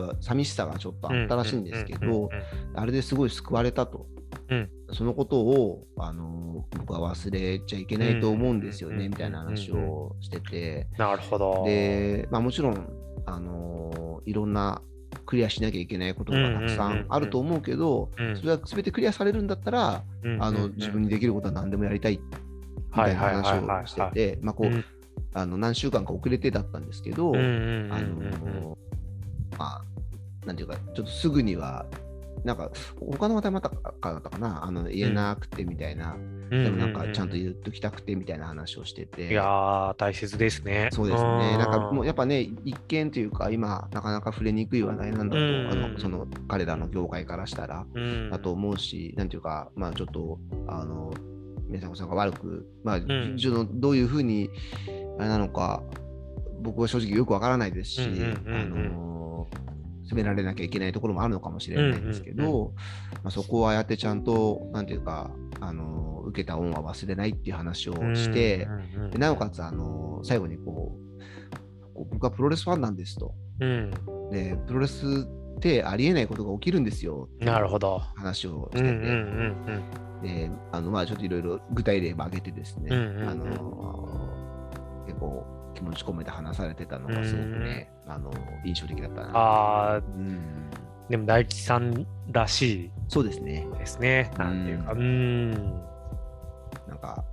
S1: やっぱ寂しさがちょっとあったらしいんですけどあれですごい救われたと
S2: うん。
S1: そのことをあの僕は忘れちゃいけないと思うんですよ
S2: うんうん
S1: ね
S2: うん
S1: みたいな話をしてて
S2: なるほど。
S1: で、まあ、もちろん、あのーいろんなクリアしなきゃいけないことがたくさ
S2: うんうんうんうん
S1: んあると思うけど、
S2: うん
S1: それは全てクリアされるんだったら、あの自分にできることは何でもやりたいみたいな話をして
S2: はいはいはいはい
S1: て、まあこ
S2: うん
S1: うあの何週間か遅れてだったんですけど、
S2: うんう
S1: あ
S2: んうんうんうん
S1: のーまあなんていうかちょっとすぐには。なんか、他の話題またかだったかな、あの言えなくてみたいな、
S2: うん
S1: でもなんかちゃんと
S2: う
S1: 言っときたくてみたいな話をしてて。
S2: いやー、大切ですね。
S1: そうですね。なんかもう
S2: う
S1: やっぱね、一見というか、今、なかなか触れにくい話題なんだと、
S2: うん
S1: あのその彼らの業界からしたら、
S2: ん、
S1: だと思うし、なんていうか、まあちょっと、あの、宮迫さんが悪く、まあ、
S2: ん
S1: ちょっとどういうふうに、あれなのか、僕は正直よくわからないですし、
S2: うんうんうんうん
S1: あの責められなきゃいけないところもあるのかもしれないんですけど、
S2: うんう
S1: まあ、そこはやってちゃんと、なんていうか、あの受けた恩は忘れないっていう話をして、
S2: うんうん
S1: でなおかつ、あの最後にこうこう僕はプロレスファンなんですと
S2: うん、
S1: でプロレスってありえないことが起きるんですよって
S2: なるほど。
S1: 話をして
S2: う
S1: て、
S2: んうんうん
S1: であのまあ、ちょっといろいろ具体例も挙げてですね、
S2: うんうんうん
S1: あの結構気持ち込めて話されてたのがすごくね、あの印象的だった
S2: う
S1: な、
S2: ん、あ
S1: うん、
S2: ーでも大吉さんらし
S1: そうですね
S2: いですね。なんていうか、
S1: う
S2: うんーん。
S1: なんか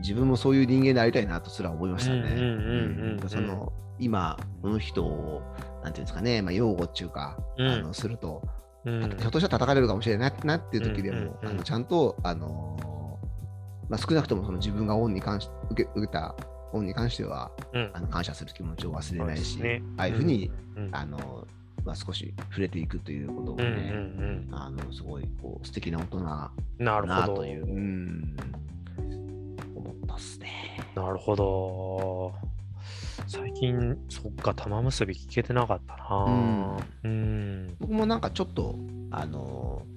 S1: 自分もそういう人間でありたいなとすら思いましたね。
S2: うんうんうんうん
S1: うんその今この人をなんていうんですかね、まあ、擁護っていうか、
S2: うん
S1: あのすると
S2: うん
S1: ひょっとしたら叩かれるかもしれないなっていう時でも、
S2: うんうんうん
S1: あのちゃんと、あのーまあ、少なくともその自分が恩に関し受け受けた恩に関しては
S2: うん
S1: あの感謝する気持ちを忘れない
S2: そ
S1: し、
S2: うですね
S1: ああいうふうに、
S2: うん
S1: あのまあ、少し触れていくということを
S2: う
S1: ね、
S2: んうん
S1: あのすごいこう素敵な大人な
S2: うん、なる
S1: あ
S2: ほど。
S1: という、うん、思ったっすね。
S2: なるほど。最近、そっか、玉結び聞けてなかったな。うん。
S1: 僕もなんかちょっと、あのー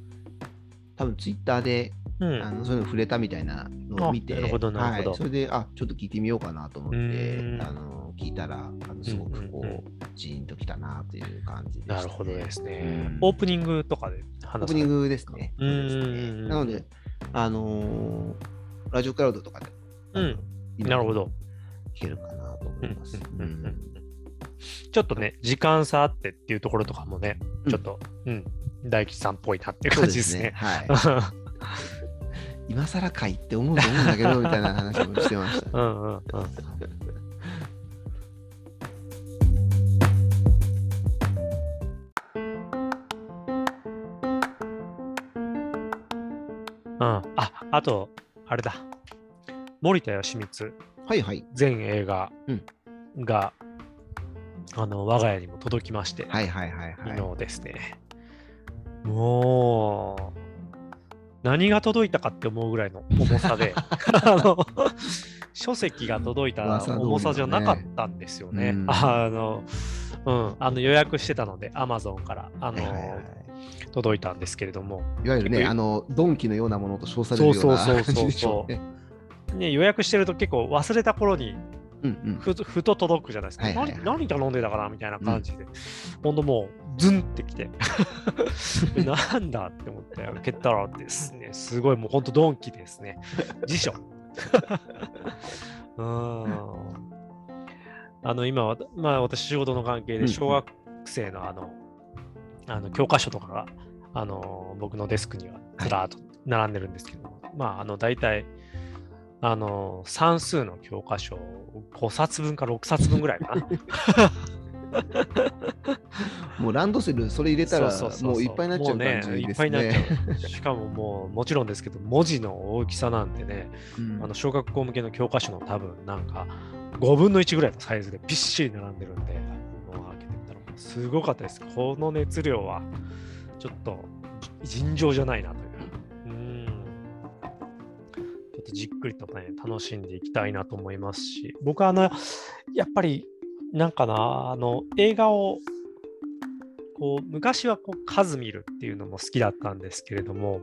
S1: 多分ツイッターで
S2: うん。
S1: あのそういうの触れたみたいなのを見て、
S2: あなるほどなるほど
S1: はい、それで、あちょっと聞いてみようかなと思っ
S2: う
S1: て
S2: ー、ん
S1: あの聞いたら、あのすごくこ
S2: うんうんう
S1: う、ジーンときたなという感じでした、
S2: なるほどですね、
S1: うん
S2: オープニングとかで
S1: オー
S2: 話
S1: プ
S2: す
S1: ニングですね。
S2: うんうんうん
S1: そうですねなので、あのーラジオクラウドとかで、あの
S2: うんなるほ。ど。
S1: 聞けるかなと思います。
S2: うんうんうんうんちょっとね、時間差あってっていうところとかもね、
S1: うん
S2: ちょっと、うん、大吉さんっぽいなっていう
S1: そう
S2: 感
S1: で
S2: じですす
S1: ね。
S2: ね。
S1: はい。
S2: う
S1: 今更かい って思うと思うんだけど、みたいな話もしてました。
S2: んうんうん。うん、ああと、あれだ、森田義満、
S1: はいはい。
S2: 全映画
S1: うん
S2: が、あの我が家にも届きまして、
S1: はいはいはいはい。
S2: 昨日ですね、もう何が届いたかって思うぐらいの重さ であの書籍が届いた
S1: 噂通りのね
S2: 重さじゃなかったんですよね。
S1: うん
S2: あのうん、あの予約してたので、アマゾンからあの、
S1: はいはいはい
S2: 届いたんですけれども、
S1: いわゆるね、
S2: 結構
S1: あの、ドンキのようなものと称されるような
S2: そうそ
S1: 感じ
S2: うそうそう
S1: でしょうね。
S2: ね、予約してると結構忘れた頃に
S1: うんうん。
S2: ふとふと届くじゃないですか、
S1: はいはいはい
S2: 何何頼んでたかなみたいな感じで、ほんともうズンって きてなんだって思って開けたらですねすごいもうほんとドンキですね辞書 うーんあの今は、まあ、私仕事の関係
S1: うんう
S2: で
S1: ん
S2: 小学生のあの,、あの教科書とかがあの僕のデスクにはずらーっと並んでるんですけど、まああの大体あの算数の教科書5冊分か6冊分ぐらいか な
S1: もうランドセル、それ入れたら、
S2: そうそうそうそう
S1: もういっぱいになっちゃう感じ
S2: もうねい
S1: で
S2: っぱ
S1: す
S2: いになっちゃ
S1: ね。
S2: うしかももうもちろんですけど文字の大きさなんてね
S1: うん
S2: あの小学校向けの教科書の多分なんか5分の1ぐらいのサイズでびっしり並んでるんで、もう開けてみたらもうすごかったです。この熱量はちょっと尋常じゃないなという。うんちょっとじっくりとね、楽しんでいきたいなと思いますし、僕はあの、やっぱりなんかな、あの映画をこう昔はこう数見るっていうのも好きだったんですけれども、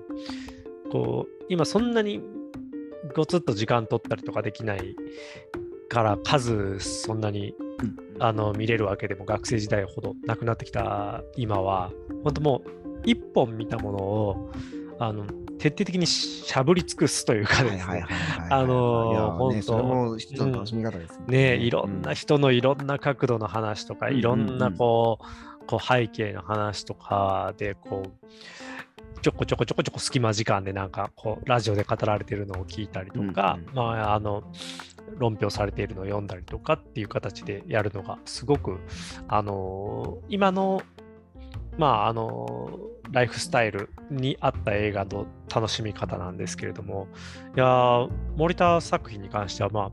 S2: こう今そんなにごつっと時間取ったりとかできないから数そんなにあの見れるわけでも学生時代ほどなくなってきた今は本当もう一本見たものをあの徹底的にしゃぶり尽くすというか
S1: は
S2: で
S1: い
S2: す
S1: は
S2: ね
S1: いはいはい。
S2: あのー
S1: いやー
S2: 本
S1: ね、
S2: 当
S1: それも一つの楽しみ方です
S2: ねいろんな人のいろんな角度の話とか、
S1: うん
S2: いろんなこうこう背景の話とかでこうちょこちょこちょこちょこ隙間時間でなんかこうラジオで語られてるのを聞いたりとか、
S1: うんうん
S2: まああの論評されているのを読んだりとかっていう形でやるのがすごくあの今のまああのライフスタイルに合った映画の楽しみ方なんですけれども、いやー、森田作品に関しては、まあ、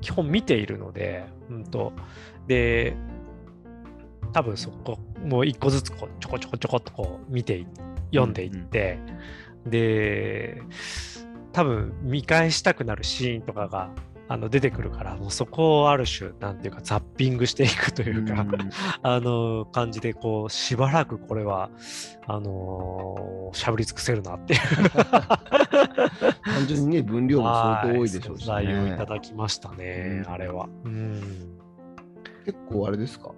S2: 基本見ているので、うんと、で、多分そこ、もう一個ずつこうちょこちょこちょこっとこう見てい、読んでいって、で、多分見返したくなるシーンとかが、あの出てくるからもうそこをある種なんていうかザッピングしていくというか、あの感じでこうしばらくこれはあのーしゃぶり尽くせるなっていう
S1: 単純にね、分量も相当多いでしょうし、
S2: はい素材をい
S1: ね
S2: た。だきましたね、
S1: うん
S2: あれは。うん
S1: 結構あれですか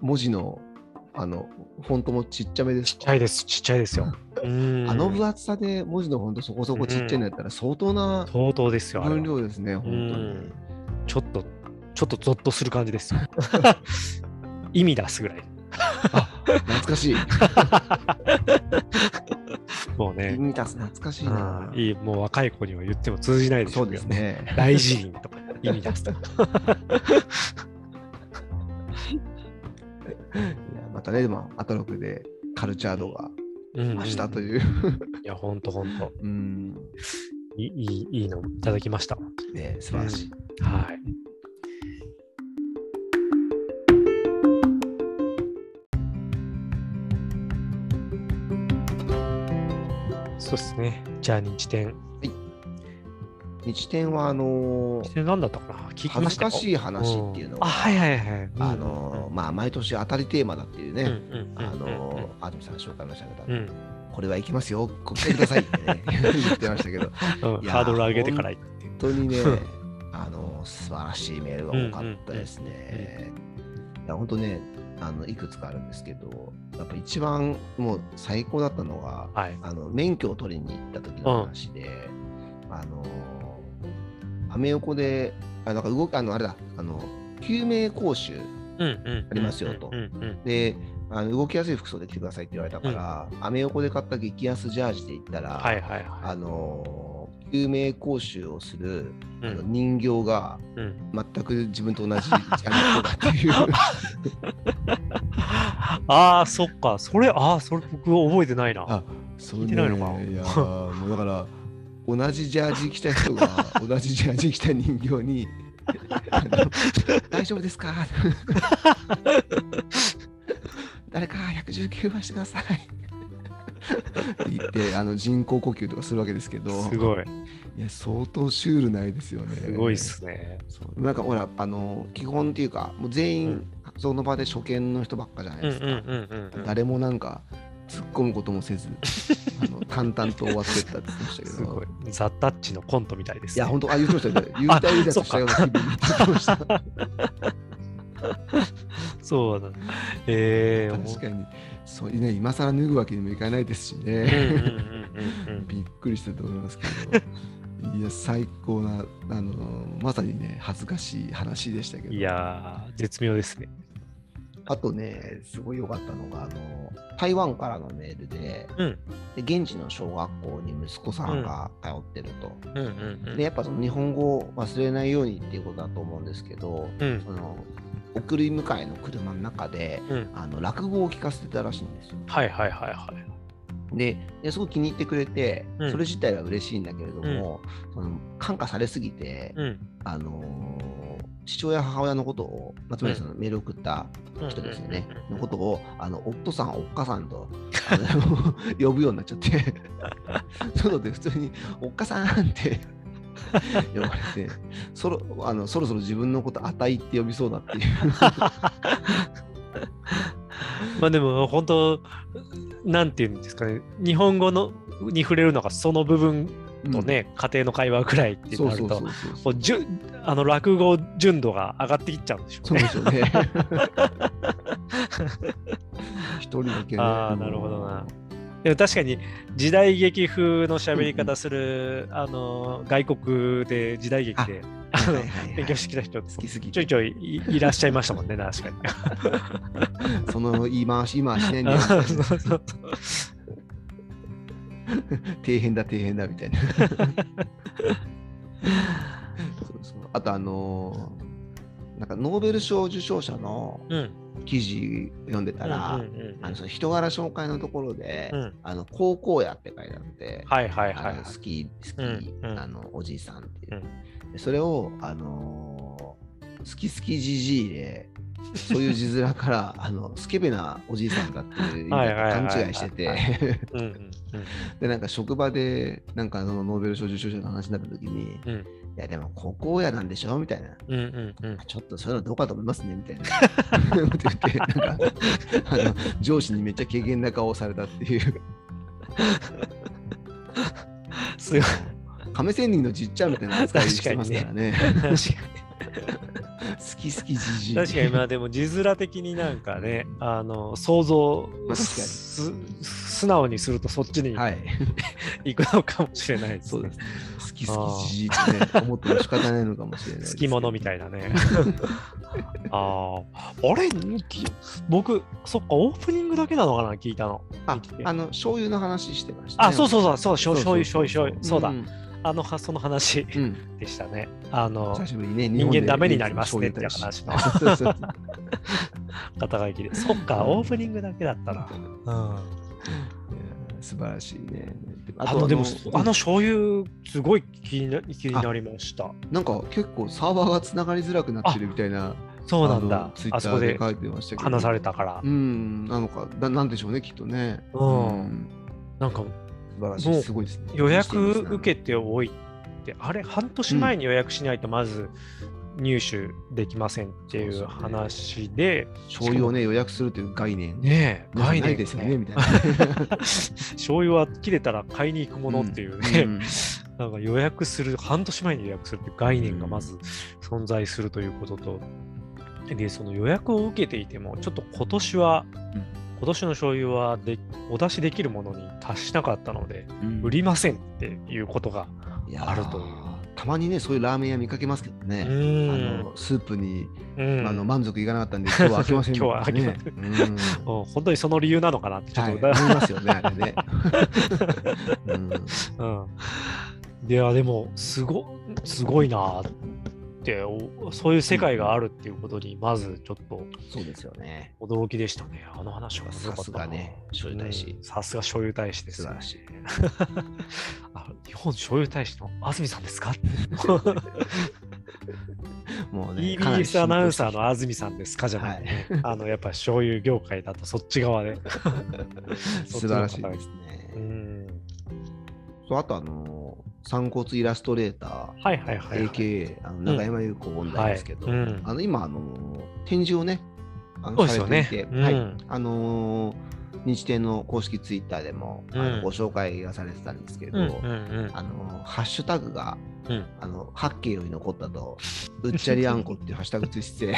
S1: 文字の、あの、フォントもちっちゃめです
S2: ちっ
S1: か
S2: ちゃいですちっちゃいですよ。うん
S1: あの分厚さで文字のフォントそこそこちっちゃいのやったら相当な
S2: 相当ですよあれ
S1: 分
S2: は
S1: 量ですね、本
S2: うんちょっとちょっとゾッとする感じですよ。 意味出すぐらい。
S1: 当に。懐かしい。
S2: もうね、
S1: 見た懐かしいな
S2: うん。いいもう若い子には言っても通じないでしょ
S1: そううで
S2: け
S1: す
S2: どね。
S1: ね。
S2: 大辞林とか意味出す とか。
S1: いやまたね、でも、アトロクでカルチャードが
S2: うん
S1: 明日と
S2: うん
S1: いう。
S2: いや、ほんとほんと。
S1: うん。
S2: いいいいいいのいただきました。
S1: ね素晴らしい。
S2: はい。そうですね。じゃあ日展。
S1: 日展は、あの
S2: 日
S1: ー、
S2: 展何だったかな聞きま
S1: 恥
S2: し
S1: ず
S2: たよ
S1: かしい話っていうの
S2: んあ、
S1: は、
S2: はいはいはい。
S1: あのー、まあ、毎年当たりテーマだっていう
S2: うん
S1: ね、
S2: うんうん
S1: あのー、安住さんが紹介しましたけど、これはいきますよ、ご期待くださいって ね、言ってましたけど、本
S2: うんうん
S1: いやー
S2: ハードル上げてから行って。
S1: 当にね、あのー、素晴らしいメールが多かったですね。いや、本当ね、あの、いくつかあるんですけど、やっぱ一番もう最高だったのが、
S2: はい。
S1: あの免許を取りに行った時の話で、あのーアメ横であなんか動くあのあれだあの救命講習
S2: うんうん。
S1: ありますよと
S2: うんうん
S1: であの動きやすい服装で来てくださいって言われたから、アメ横で買った激安ジャージで行ったら、
S2: はいはいは
S1: あのー救命講習をする
S2: い。
S1: あの
S2: うん
S1: 人形が
S2: うん
S1: 全く自分と同じジャージだって いう
S2: ああ、そっか。それ、ああ、それ僕覚えてないな。
S1: あそうね
S2: 聞いてないのか
S1: いやーもうだから同じジャージ着た人が同じジャージ着た人形にあの大丈夫ですか 誰か119番してくださいって言ってあの人工呼吸とかするわけですけど
S2: すごい。
S1: いや相当シュールないですよね
S2: すごいっすね。
S1: そうなんかほらあの基本っていうかもう全員、
S2: うん
S1: その場で初見の人ばっかじゃない
S2: うんう
S1: で
S2: ん
S1: すか、
S2: うんうんうん。
S1: 誰もなんか突っ込むこともせ ずあの淡々と終わってったって言ってましたけど
S2: すごい。ザ・タッチのコントみたいです、ね。
S1: いや本当あ言ってま したね言うた言うたとしたような気分になってました 確
S2: そうだ、ね。ええー。
S1: かにそうね今更脱ぐわけにもいかないですし
S2: うんうん
S1: ね、
S2: うんうんうん
S1: びっくりしたと思いますけどいや最高なあのまさにね恥ずかしい話でしたけど
S2: いやー、絶妙ですね。
S1: あとねすごい良かったのがあの台湾からのメールで
S2: うん。
S1: で現地の小学校に息子さんが通ってると、
S2: うんうんうん。
S1: でやっぱその日本語を忘れないようにっていうことだと思うんですけど、
S2: うん
S1: その送り迎えの車の中で
S2: うん。
S1: あの落語を聞かせてたらしいんですよ。
S2: はいはいはいはい。
S1: でですごく気に入ってくれて、
S2: うん
S1: それ自体は嬉しいんだけれども、その感化されすぎて、
S2: うん。
S1: あのー父親母親のことを、まあ、つまりそのメールを送った
S2: うん
S1: 人ですよね、
S2: うん
S1: のことをあの夫さんおっかさんとあの 呼ぶようになっちゃって なので普通に「おっかさん」って呼ばれてそろあのそろそろ自分のこと「あたい」って呼びそうだっていう
S2: まあでも本当なんていうんですかね日本語のに触れるのがその部分とね、家庭の会話ぐらいって
S1: そう
S2: な
S1: そ
S2: る
S1: うそう
S2: と
S1: そう
S2: こうじゅあの落語純度が上がってきちゃうんでしょう
S1: そう
S2: ね。
S1: でしょうね 一人だけね
S2: あーなるほどなでも確かに時代劇風の喋り方する、あの外国で時代劇で
S1: はい
S2: あの
S1: はいはい
S2: 勉強してきた人
S1: 好きすぎ
S2: ちょいちょいいいらっしゃいましたもんね確かに。
S1: その言い回し今は しないんだよ
S2: あ そうそうそう
S1: 底辺だ底辺だみたいなそうそうあとあのーなんかノーベル賞受賞者の
S2: うん
S1: 記事読んでたら、
S2: うんうんうん
S1: あのその人柄紹介のところで、
S2: うん
S1: あの高校やって書いてあって、
S2: はいはいはい
S1: あ
S2: は
S1: の
S2: い。
S1: スキー、スキ
S2: うんうん
S1: ー、あのおじいさんっていう。でそれを、あのースキスキジジイで、そういう字面からあのスケベなおじいさんだっていう意味
S2: はい
S1: だ
S2: はいはいはい
S1: と勘違いして
S2: は
S1: て
S2: うんうん
S1: でなんか職場でなんかあのノーベル賞受賞者の話になった時に、
S2: うん
S1: いやでも高校やなんでしょみたいな
S2: うんうんうんうん
S1: ちょっとそういうのどうかと思いますねみた いなって言ってなんかあの上司にめっちゃ軽減な顔をされたっていう
S2: すごい。
S1: 亀仙人のじっちゃんみたいな扱いしてますからね
S2: 確かに。
S1: 好き好きじじい
S2: 確かにまあでも字面的になんかねあの想像
S1: まあ
S2: す素直にするとそっちに
S1: はい
S2: 行くのかもしれないです
S1: そう
S2: ね
S1: で。すね好き好きじじいって、ね、思っても仕方ないのかもしれないです
S2: 好き者みたいなね。 あああれき僕そっかオープニングだけなのかな聞いたの。
S1: ああの醤油の話してました、ね、
S2: あそうそうそうそう醤油醤油醤油そうだ
S1: ん
S2: あのはその話
S1: うんうん
S2: でしたね。あの
S1: 久しぶりにね
S2: 人間
S1: 日本で
S2: ダメになりますねって
S1: 醤油
S2: 話の
S1: そうそう そう
S2: 肩書きで。そっかオープニングだけだったな。うん
S1: いや素晴らしいね
S2: あのでもあの
S1: うん
S2: 醤油すごい気にな気になりました。
S1: なんか結構サーバーがつながりづらくなってるみたいな
S2: そうなんだ。
S1: ツイ
S2: あ
S1: ッ
S2: そ
S1: タ
S2: こ
S1: ーで
S2: で
S1: 書いてましたけど。
S2: 話されたから
S1: う。ん、なのか、ななんでしょうね、きっとね。
S2: うんなんか
S1: 素晴らし
S2: も、
S1: いうすごいですね。
S2: 予約受けておいて、あれ、半年前に予約しないとまず入手できませんってい
S1: そう
S2: う
S1: そうね
S2: 話で、
S1: 醤油をね、予約するという概念。
S2: ねえ、概
S1: ない
S2: 念
S1: ですよね、。みたいな。
S2: 醤油は切れたら買いに行くものっていうね、
S1: うんうん
S2: なんか予約する、半年前に予約するって概念がまず存在するということと、で、その予約を受けていても、ちょっと今年は、
S1: うん
S2: 今年の醤油はでお出しできるものに達しなかったので、
S1: うん
S2: 売りませんっていうことが。
S1: いやー
S2: あるという
S1: たまにね、そういうラーメン屋見かけますけど
S2: あ
S1: ね。あのスープに、
S2: うん
S1: あの満足いかなかったんで、今日は飽きません、ね。
S2: 今日は飽きませ
S1: うん。
S2: うん本当にその理由なのかなってちょっ
S1: は
S2: と
S1: い、
S2: 疑
S1: 思
S2: う
S1: いますよね、あれ ね。うん
S2: うん、いやでもすごすごいなっておそういう世界があるっていうことにまずちょっと
S1: そうですよね。
S2: 驚きでしたねあの話は
S1: さすがね、醤油大使。
S2: さすが醤油大使です
S1: 素晴らしい。
S2: あ日本醤油大使の安住さんですか
S1: もうね、かなり
S2: EBS アナウンサーの安住さんですかじゃない、
S1: はい
S2: あのやっぱ醤油業界だとそっち側で
S1: 素晴 らしいです
S2: う
S1: ね。
S2: ん
S1: そうあとあのー、散骨イラストレータ
S2: はいはい
S1: ー、
S2: はい、はい
S1: AKA あの永山優子問題ですけど、
S2: はいうん
S1: あの今あのー展示をね、あの
S2: そうですよね
S1: されていて、
S2: うん
S1: はい、あのー日展の公式ツイッターでも、あ
S2: うん
S1: のご紹介がされてたんですけど、
S2: うんうん
S1: あのーハッシュタグが
S2: うんうん
S1: あの8キロに残ったと、うっちゃりあんこっていうハッシュタグついてて、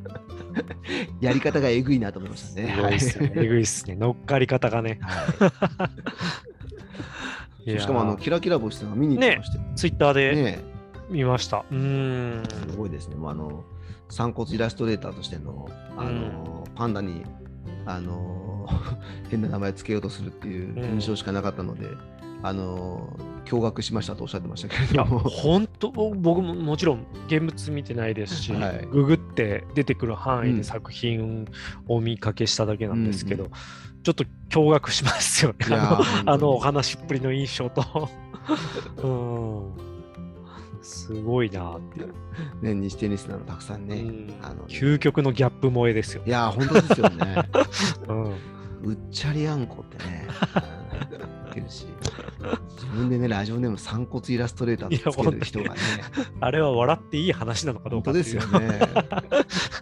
S1: やり方がえぐいなと思いましたね。
S2: すごいっすね。えぐいっすね。乗っかり方がね。
S1: はい
S2: いやー
S1: しかもあの、キラキラ星さんが見に行ってましたよ
S2: ツイッター
S1: ね。
S2: で
S1: ね
S2: 見ました。うーん。
S1: すごいですね。もうあの散骨イラストレーターとしてのあの、パンダにあの 変な名前つけようとするっていう印象しかなかったので、あの驚愕しましたとおっしゃってましたけれ
S2: いや、
S1: ども。
S2: 本当僕ももちろん現物見てないですし、
S1: はい
S2: ググって出てくる範囲
S1: うん
S2: で作品をお見かけしただけなんですけど、
S1: う
S2: ちょっと驚愕しますよね。
S1: いやー
S2: あ
S1: 本
S2: の
S1: 当
S2: あ
S1: に
S2: のお話っぷりの印象と。 うん。すごいなーっていう。
S1: ね西テニスなのたくさんね。
S2: うん
S1: あのね
S2: 究極のギャップ萌えですよ。
S1: いやー本当ですよね。
S2: うん。
S1: うっちゃりあんこって ね。うんいるし自分でねラジオネーム散骨イラストレーターってつける人がね。
S2: あれは笑っていい話なのかど
S1: 本
S2: う
S1: 当
S2: かってい
S1: で
S2: う
S1: すよね。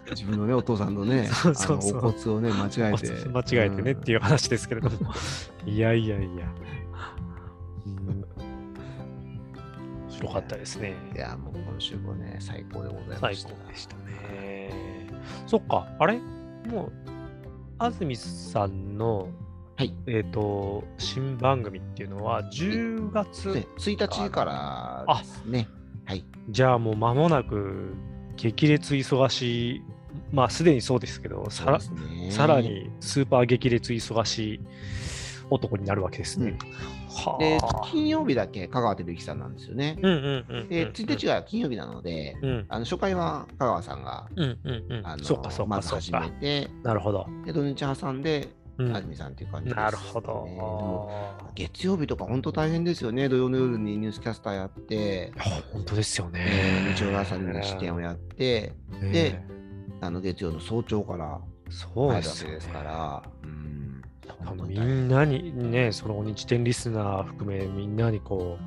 S1: 自分のね、お父さんのね、
S2: そうそうそう
S1: あのお骨をね、間違えて。
S2: 間違えてねっていう話ですけ れども、いやいやいや、うん、面白かったですね。
S1: うん。いや、もう今週もね、最高でございま
S2: 最
S1: した
S2: 高。でしたね。そっか、あれもう、安住さんの、
S1: はい
S2: えっと新番組っていうのは10月
S1: ね、1日からですね。はい。
S2: じゃあもう間もなく激烈忙しいまあすでにそうですけどさら
S1: そうですね
S2: さら。にスーパー激烈忙しい男になるわけですね。は
S1: で、金曜日だけ香川照之さんなんですよね。
S2: うんうんうんうんうん。
S1: で、1日が金曜日なので、
S2: うん
S1: あの初回は香川さんが、
S2: うんうんうん
S1: あの
S2: そうかそう
S1: ま
S2: か
S1: ず
S2: そう
S1: 始め
S2: か。
S1: て、
S2: なるほど。
S1: で土日挟んで、
S2: うん
S1: 安住さんっていう感じです、ね。
S2: なるほ
S1: でも
S2: ど。
S1: 月曜日とか本当大変ですよね、土曜の夜にニュースキャスターやって、
S2: いや本当ですよ
S1: え
S2: ね
S1: ー。日曜の朝に視点をやって、
S2: えー
S1: であの月曜の早朝から
S2: そう
S1: 入
S2: で
S1: るわ
S2: す
S1: け
S2: よね
S1: ですから、うん
S2: 多
S1: 本当
S2: 分
S1: に
S2: み
S1: 大変
S2: んなにね、その鬼地点リスナー含め、みんなにこ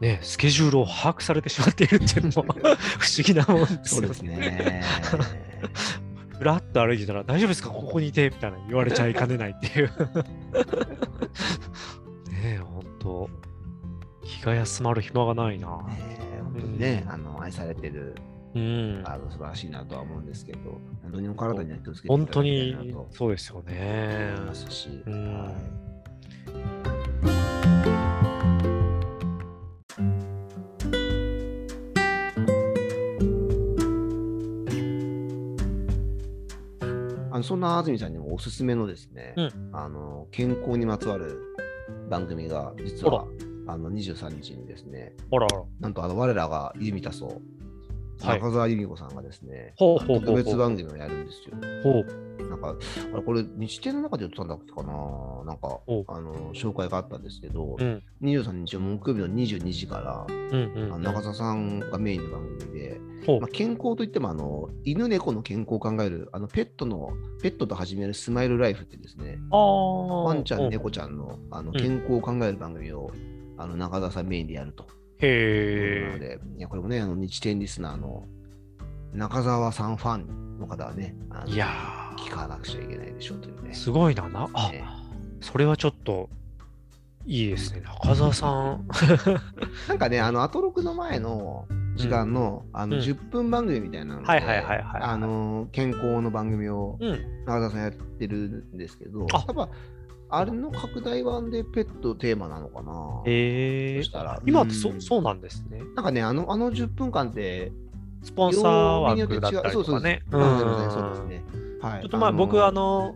S2: う、ね、スケジュールを把握されてしまっているっていうのも 不思議なもんです
S1: そう
S2: よね。
S1: ですね。
S2: ふらっと歩いてたら、大丈夫ですか、ここにいてみたいな言われちゃいかねないっていう。 ねえ、ほんと、気が休まる暇がないな。
S1: ね本当にね
S2: う、ん
S1: あの愛されてる
S2: うん。
S1: あの素晴らしいなとは思うんですけど、本当にお体には気をつけてい
S2: 本
S1: た
S2: 当
S1: だきたいな
S2: に
S1: と
S2: そうですよね
S1: 思い。ますし、
S2: うん
S1: はいあのそんな安住さんにもおすすめのですね、
S2: う
S1: あの健康にまつわる番組が実はあの23日にですね、
S2: あらあら。
S1: なんとあの我らがゆみたそう、
S2: はい
S1: 中澤由美子さんがですね、
S2: ほうほう
S1: 特
S2: ほう
S1: 別
S2: ほう。
S1: 番組をやるんですよ。
S2: ほう
S1: なんか、あれこれ、日程の中で言ってたんだっけかな、なんか
S2: お、
S1: あの紹介があったんですけど、
S2: うん
S1: 23日木曜日の22時から、
S2: うんう
S1: あの
S2: ん。
S1: 中澤さんがメインの番組で、
S2: ほう
S1: まあ、健康といってもあの、犬猫の健康を考える、あのペットの、ペットと始めるスマイルライフってですね、
S2: ああ。
S1: ワンちゃ
S2: ほ
S1: ん、
S2: う
S1: 猫ちゃんのあの
S2: ん
S1: 健康を考える番組を、あの中澤さんメインでやると。なの
S2: へえ。
S1: で、いやこれもね、あの日天リスナーの中澤さんファンの方はね、あの
S2: いや
S1: 聞かなくちゃいけないでしょうというね
S2: ー、。すごいな。なあ
S1: ええ
S2: それはちょっといいですね。中澤さん。
S1: なんかね、あのアトロクの前の時間の,、あの
S2: うん
S1: 10分番組みたいなので、
S2: はいはいはいはいはい
S1: あの健康の番組を
S2: うん。
S1: 中澤さんやってるんですけど、
S2: あ
S1: 多分あれの拡大版でペットテーマなのかな。
S2: へえ
S1: そしたら。
S2: 今っ
S1: う
S2: て
S1: ん
S2: そそうなんですね。
S1: なんかね、あのあの10分間って、
S2: スポンサーワ
S1: 曜
S2: ー
S1: 日
S2: クだ
S1: に
S2: っ
S1: よ
S2: た
S1: て違うそ
S2: り
S1: う
S2: と
S1: そう
S2: かね。
S1: そう
S2: うん
S1: そうですね。はい、
S2: ちょっと前、僕、あ、の、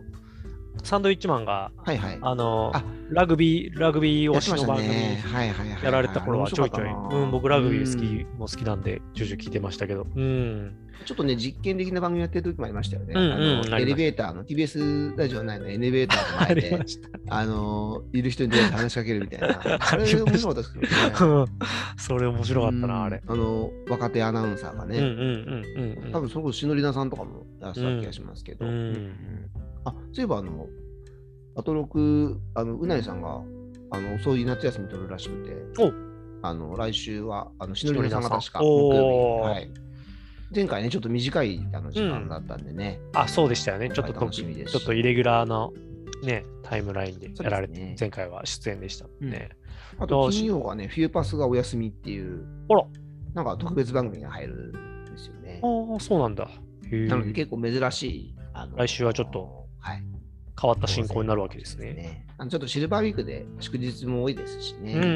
S2: サンドウィッチマンが、
S1: はいはい。
S2: あの
S1: あ、
S2: ラグビー、ラグビー推しの番組
S1: はいはいはい、
S2: やられた頃はちょいちょい、
S1: 面白かったな
S2: うん、僕ラグビー好きも好きなんで、重々聞いてましたけど、うん、
S1: ちょっとね、実験的な番組やってる時もありましたよね。
S2: うんうん
S1: あの
S2: ありました
S1: エレベーターの TBS ラジオ内のエレベーターの
S2: あ
S1: 前
S2: り
S1: で
S2: ま、した。
S1: あのいる人に出会って話しかけるみたいな。あ
S2: あ
S1: れ
S2: りました
S1: 面白かったです けどね。
S2: それ面白かった
S1: うん
S2: な、あれ。。
S1: あの、若手アナウンサーが
S2: うんうん
S1: ね、
S2: うんうんうん。
S1: 多分それこそしのりなさんとかも出した気がしますけど。
S2: うん
S1: あ、そういえばあの、アトロク、あのうなりさんが、あの、そういう夏休み取るらしくて、
S2: お
S1: あの、来週は、あの、しのりなさんが確か、木
S2: お
S1: 曜日
S2: ー
S1: にはい。前回ね、ちょっと短いあの時間だったんでね。
S2: あ、そうでしたよね。ちょっと
S1: はい楽
S2: 特
S1: しみです
S2: ちょっとイレギュラーな、ね、タイムラインでやられて、
S1: そうですね
S2: 前回は出演でしたもんね。
S1: あと金曜がね、フューパスがお休みっていう、
S2: あら
S1: なんか特別番組が入るんですよね。
S2: ああ、そうなんだ。へえ
S1: なので結構珍しい。あの
S2: 来週はちょっと、
S1: はい、
S2: 変わった進行になるわけですね。
S1: あのちょっとシルバーウィークで祝日も多いですしね。
S2: うんうんう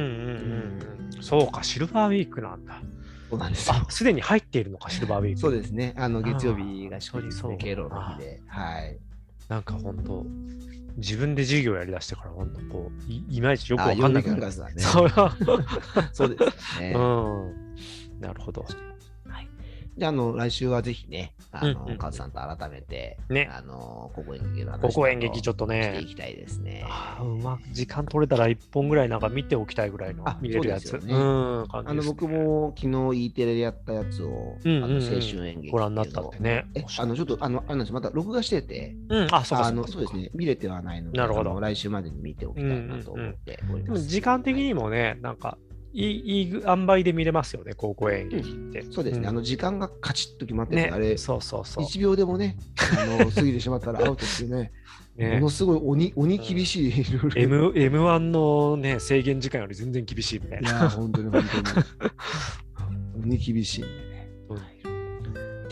S2: んうん。そうか、シルバーウィークなんだ。
S1: そうなんですよ。
S2: あ、すでに入っているのか、シルバーウィーク。
S1: そうですね。あの
S2: あー
S1: 月曜日が祝日
S2: そうそ
S1: で、
S2: う
S1: 敬老の日で。はい。
S2: なんか本当自分で授業やりだしてから、本当こう、いいまいちよく
S1: あ
S2: わかんなく
S1: 曜日分
S2: なる。
S1: 割だね。
S2: そう
S1: そうですよね。
S2: うん。なるほど。
S1: じゃあ、あの、来週はぜひね、あの、
S2: うんうん
S1: カズさんと改めて、
S2: ね
S1: あの、ここ演劇の話
S2: ここ演劇ちょ
S1: っ
S2: っと
S1: として
S2: ね
S1: い、きたいですね。
S2: あーうまく時間取れたら1本ぐらいなんか見ておきたいぐらいの
S1: あ
S2: 見れるやつ。
S1: そうですよね
S2: うん、感
S1: あ
S2: じで
S1: の
S2: すね
S1: 僕も昨日 E テレでやったやつを、
S2: うんうんうん
S1: あの青春演劇
S2: ご覧になったってね。
S1: えあのちょっとあのあれなんですよまた録画してて
S2: うん、あ、そうか
S1: あ
S2: そう
S1: の
S2: か
S1: そうですね見れてはないので
S2: なるほど
S1: あの来週までに見ておきたいなと思っており
S2: で
S1: ま
S2: も
S1: す、
S2: 時間的にもね、なんか、いい、いい具塩梅で見れますよね、高校演劇って。
S1: そうですね、
S2: ん
S1: あの時間がカチッと決まってて、
S2: ね、
S1: あれ
S2: そうそうそう。
S1: 1秒でもねあの過ぎてしまった らアウトっていうね
S2: ね
S1: ものすごい鬼鬼厳しいルール、
S2: M、M1 のね、制限時間より全然厳しいみたい
S1: い
S2: な。
S1: や本当に本当に鬼厳しい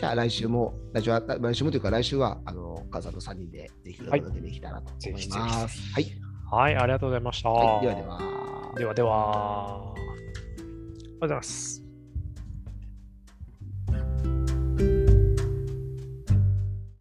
S1: じゃあ来週も来週は来週もというか来週はあのカズさんと3人でぜひお届けできたらと思います、はい
S2: はい、ありがとうございました。
S1: はい、ではでは。
S2: ではでは。おはようございます。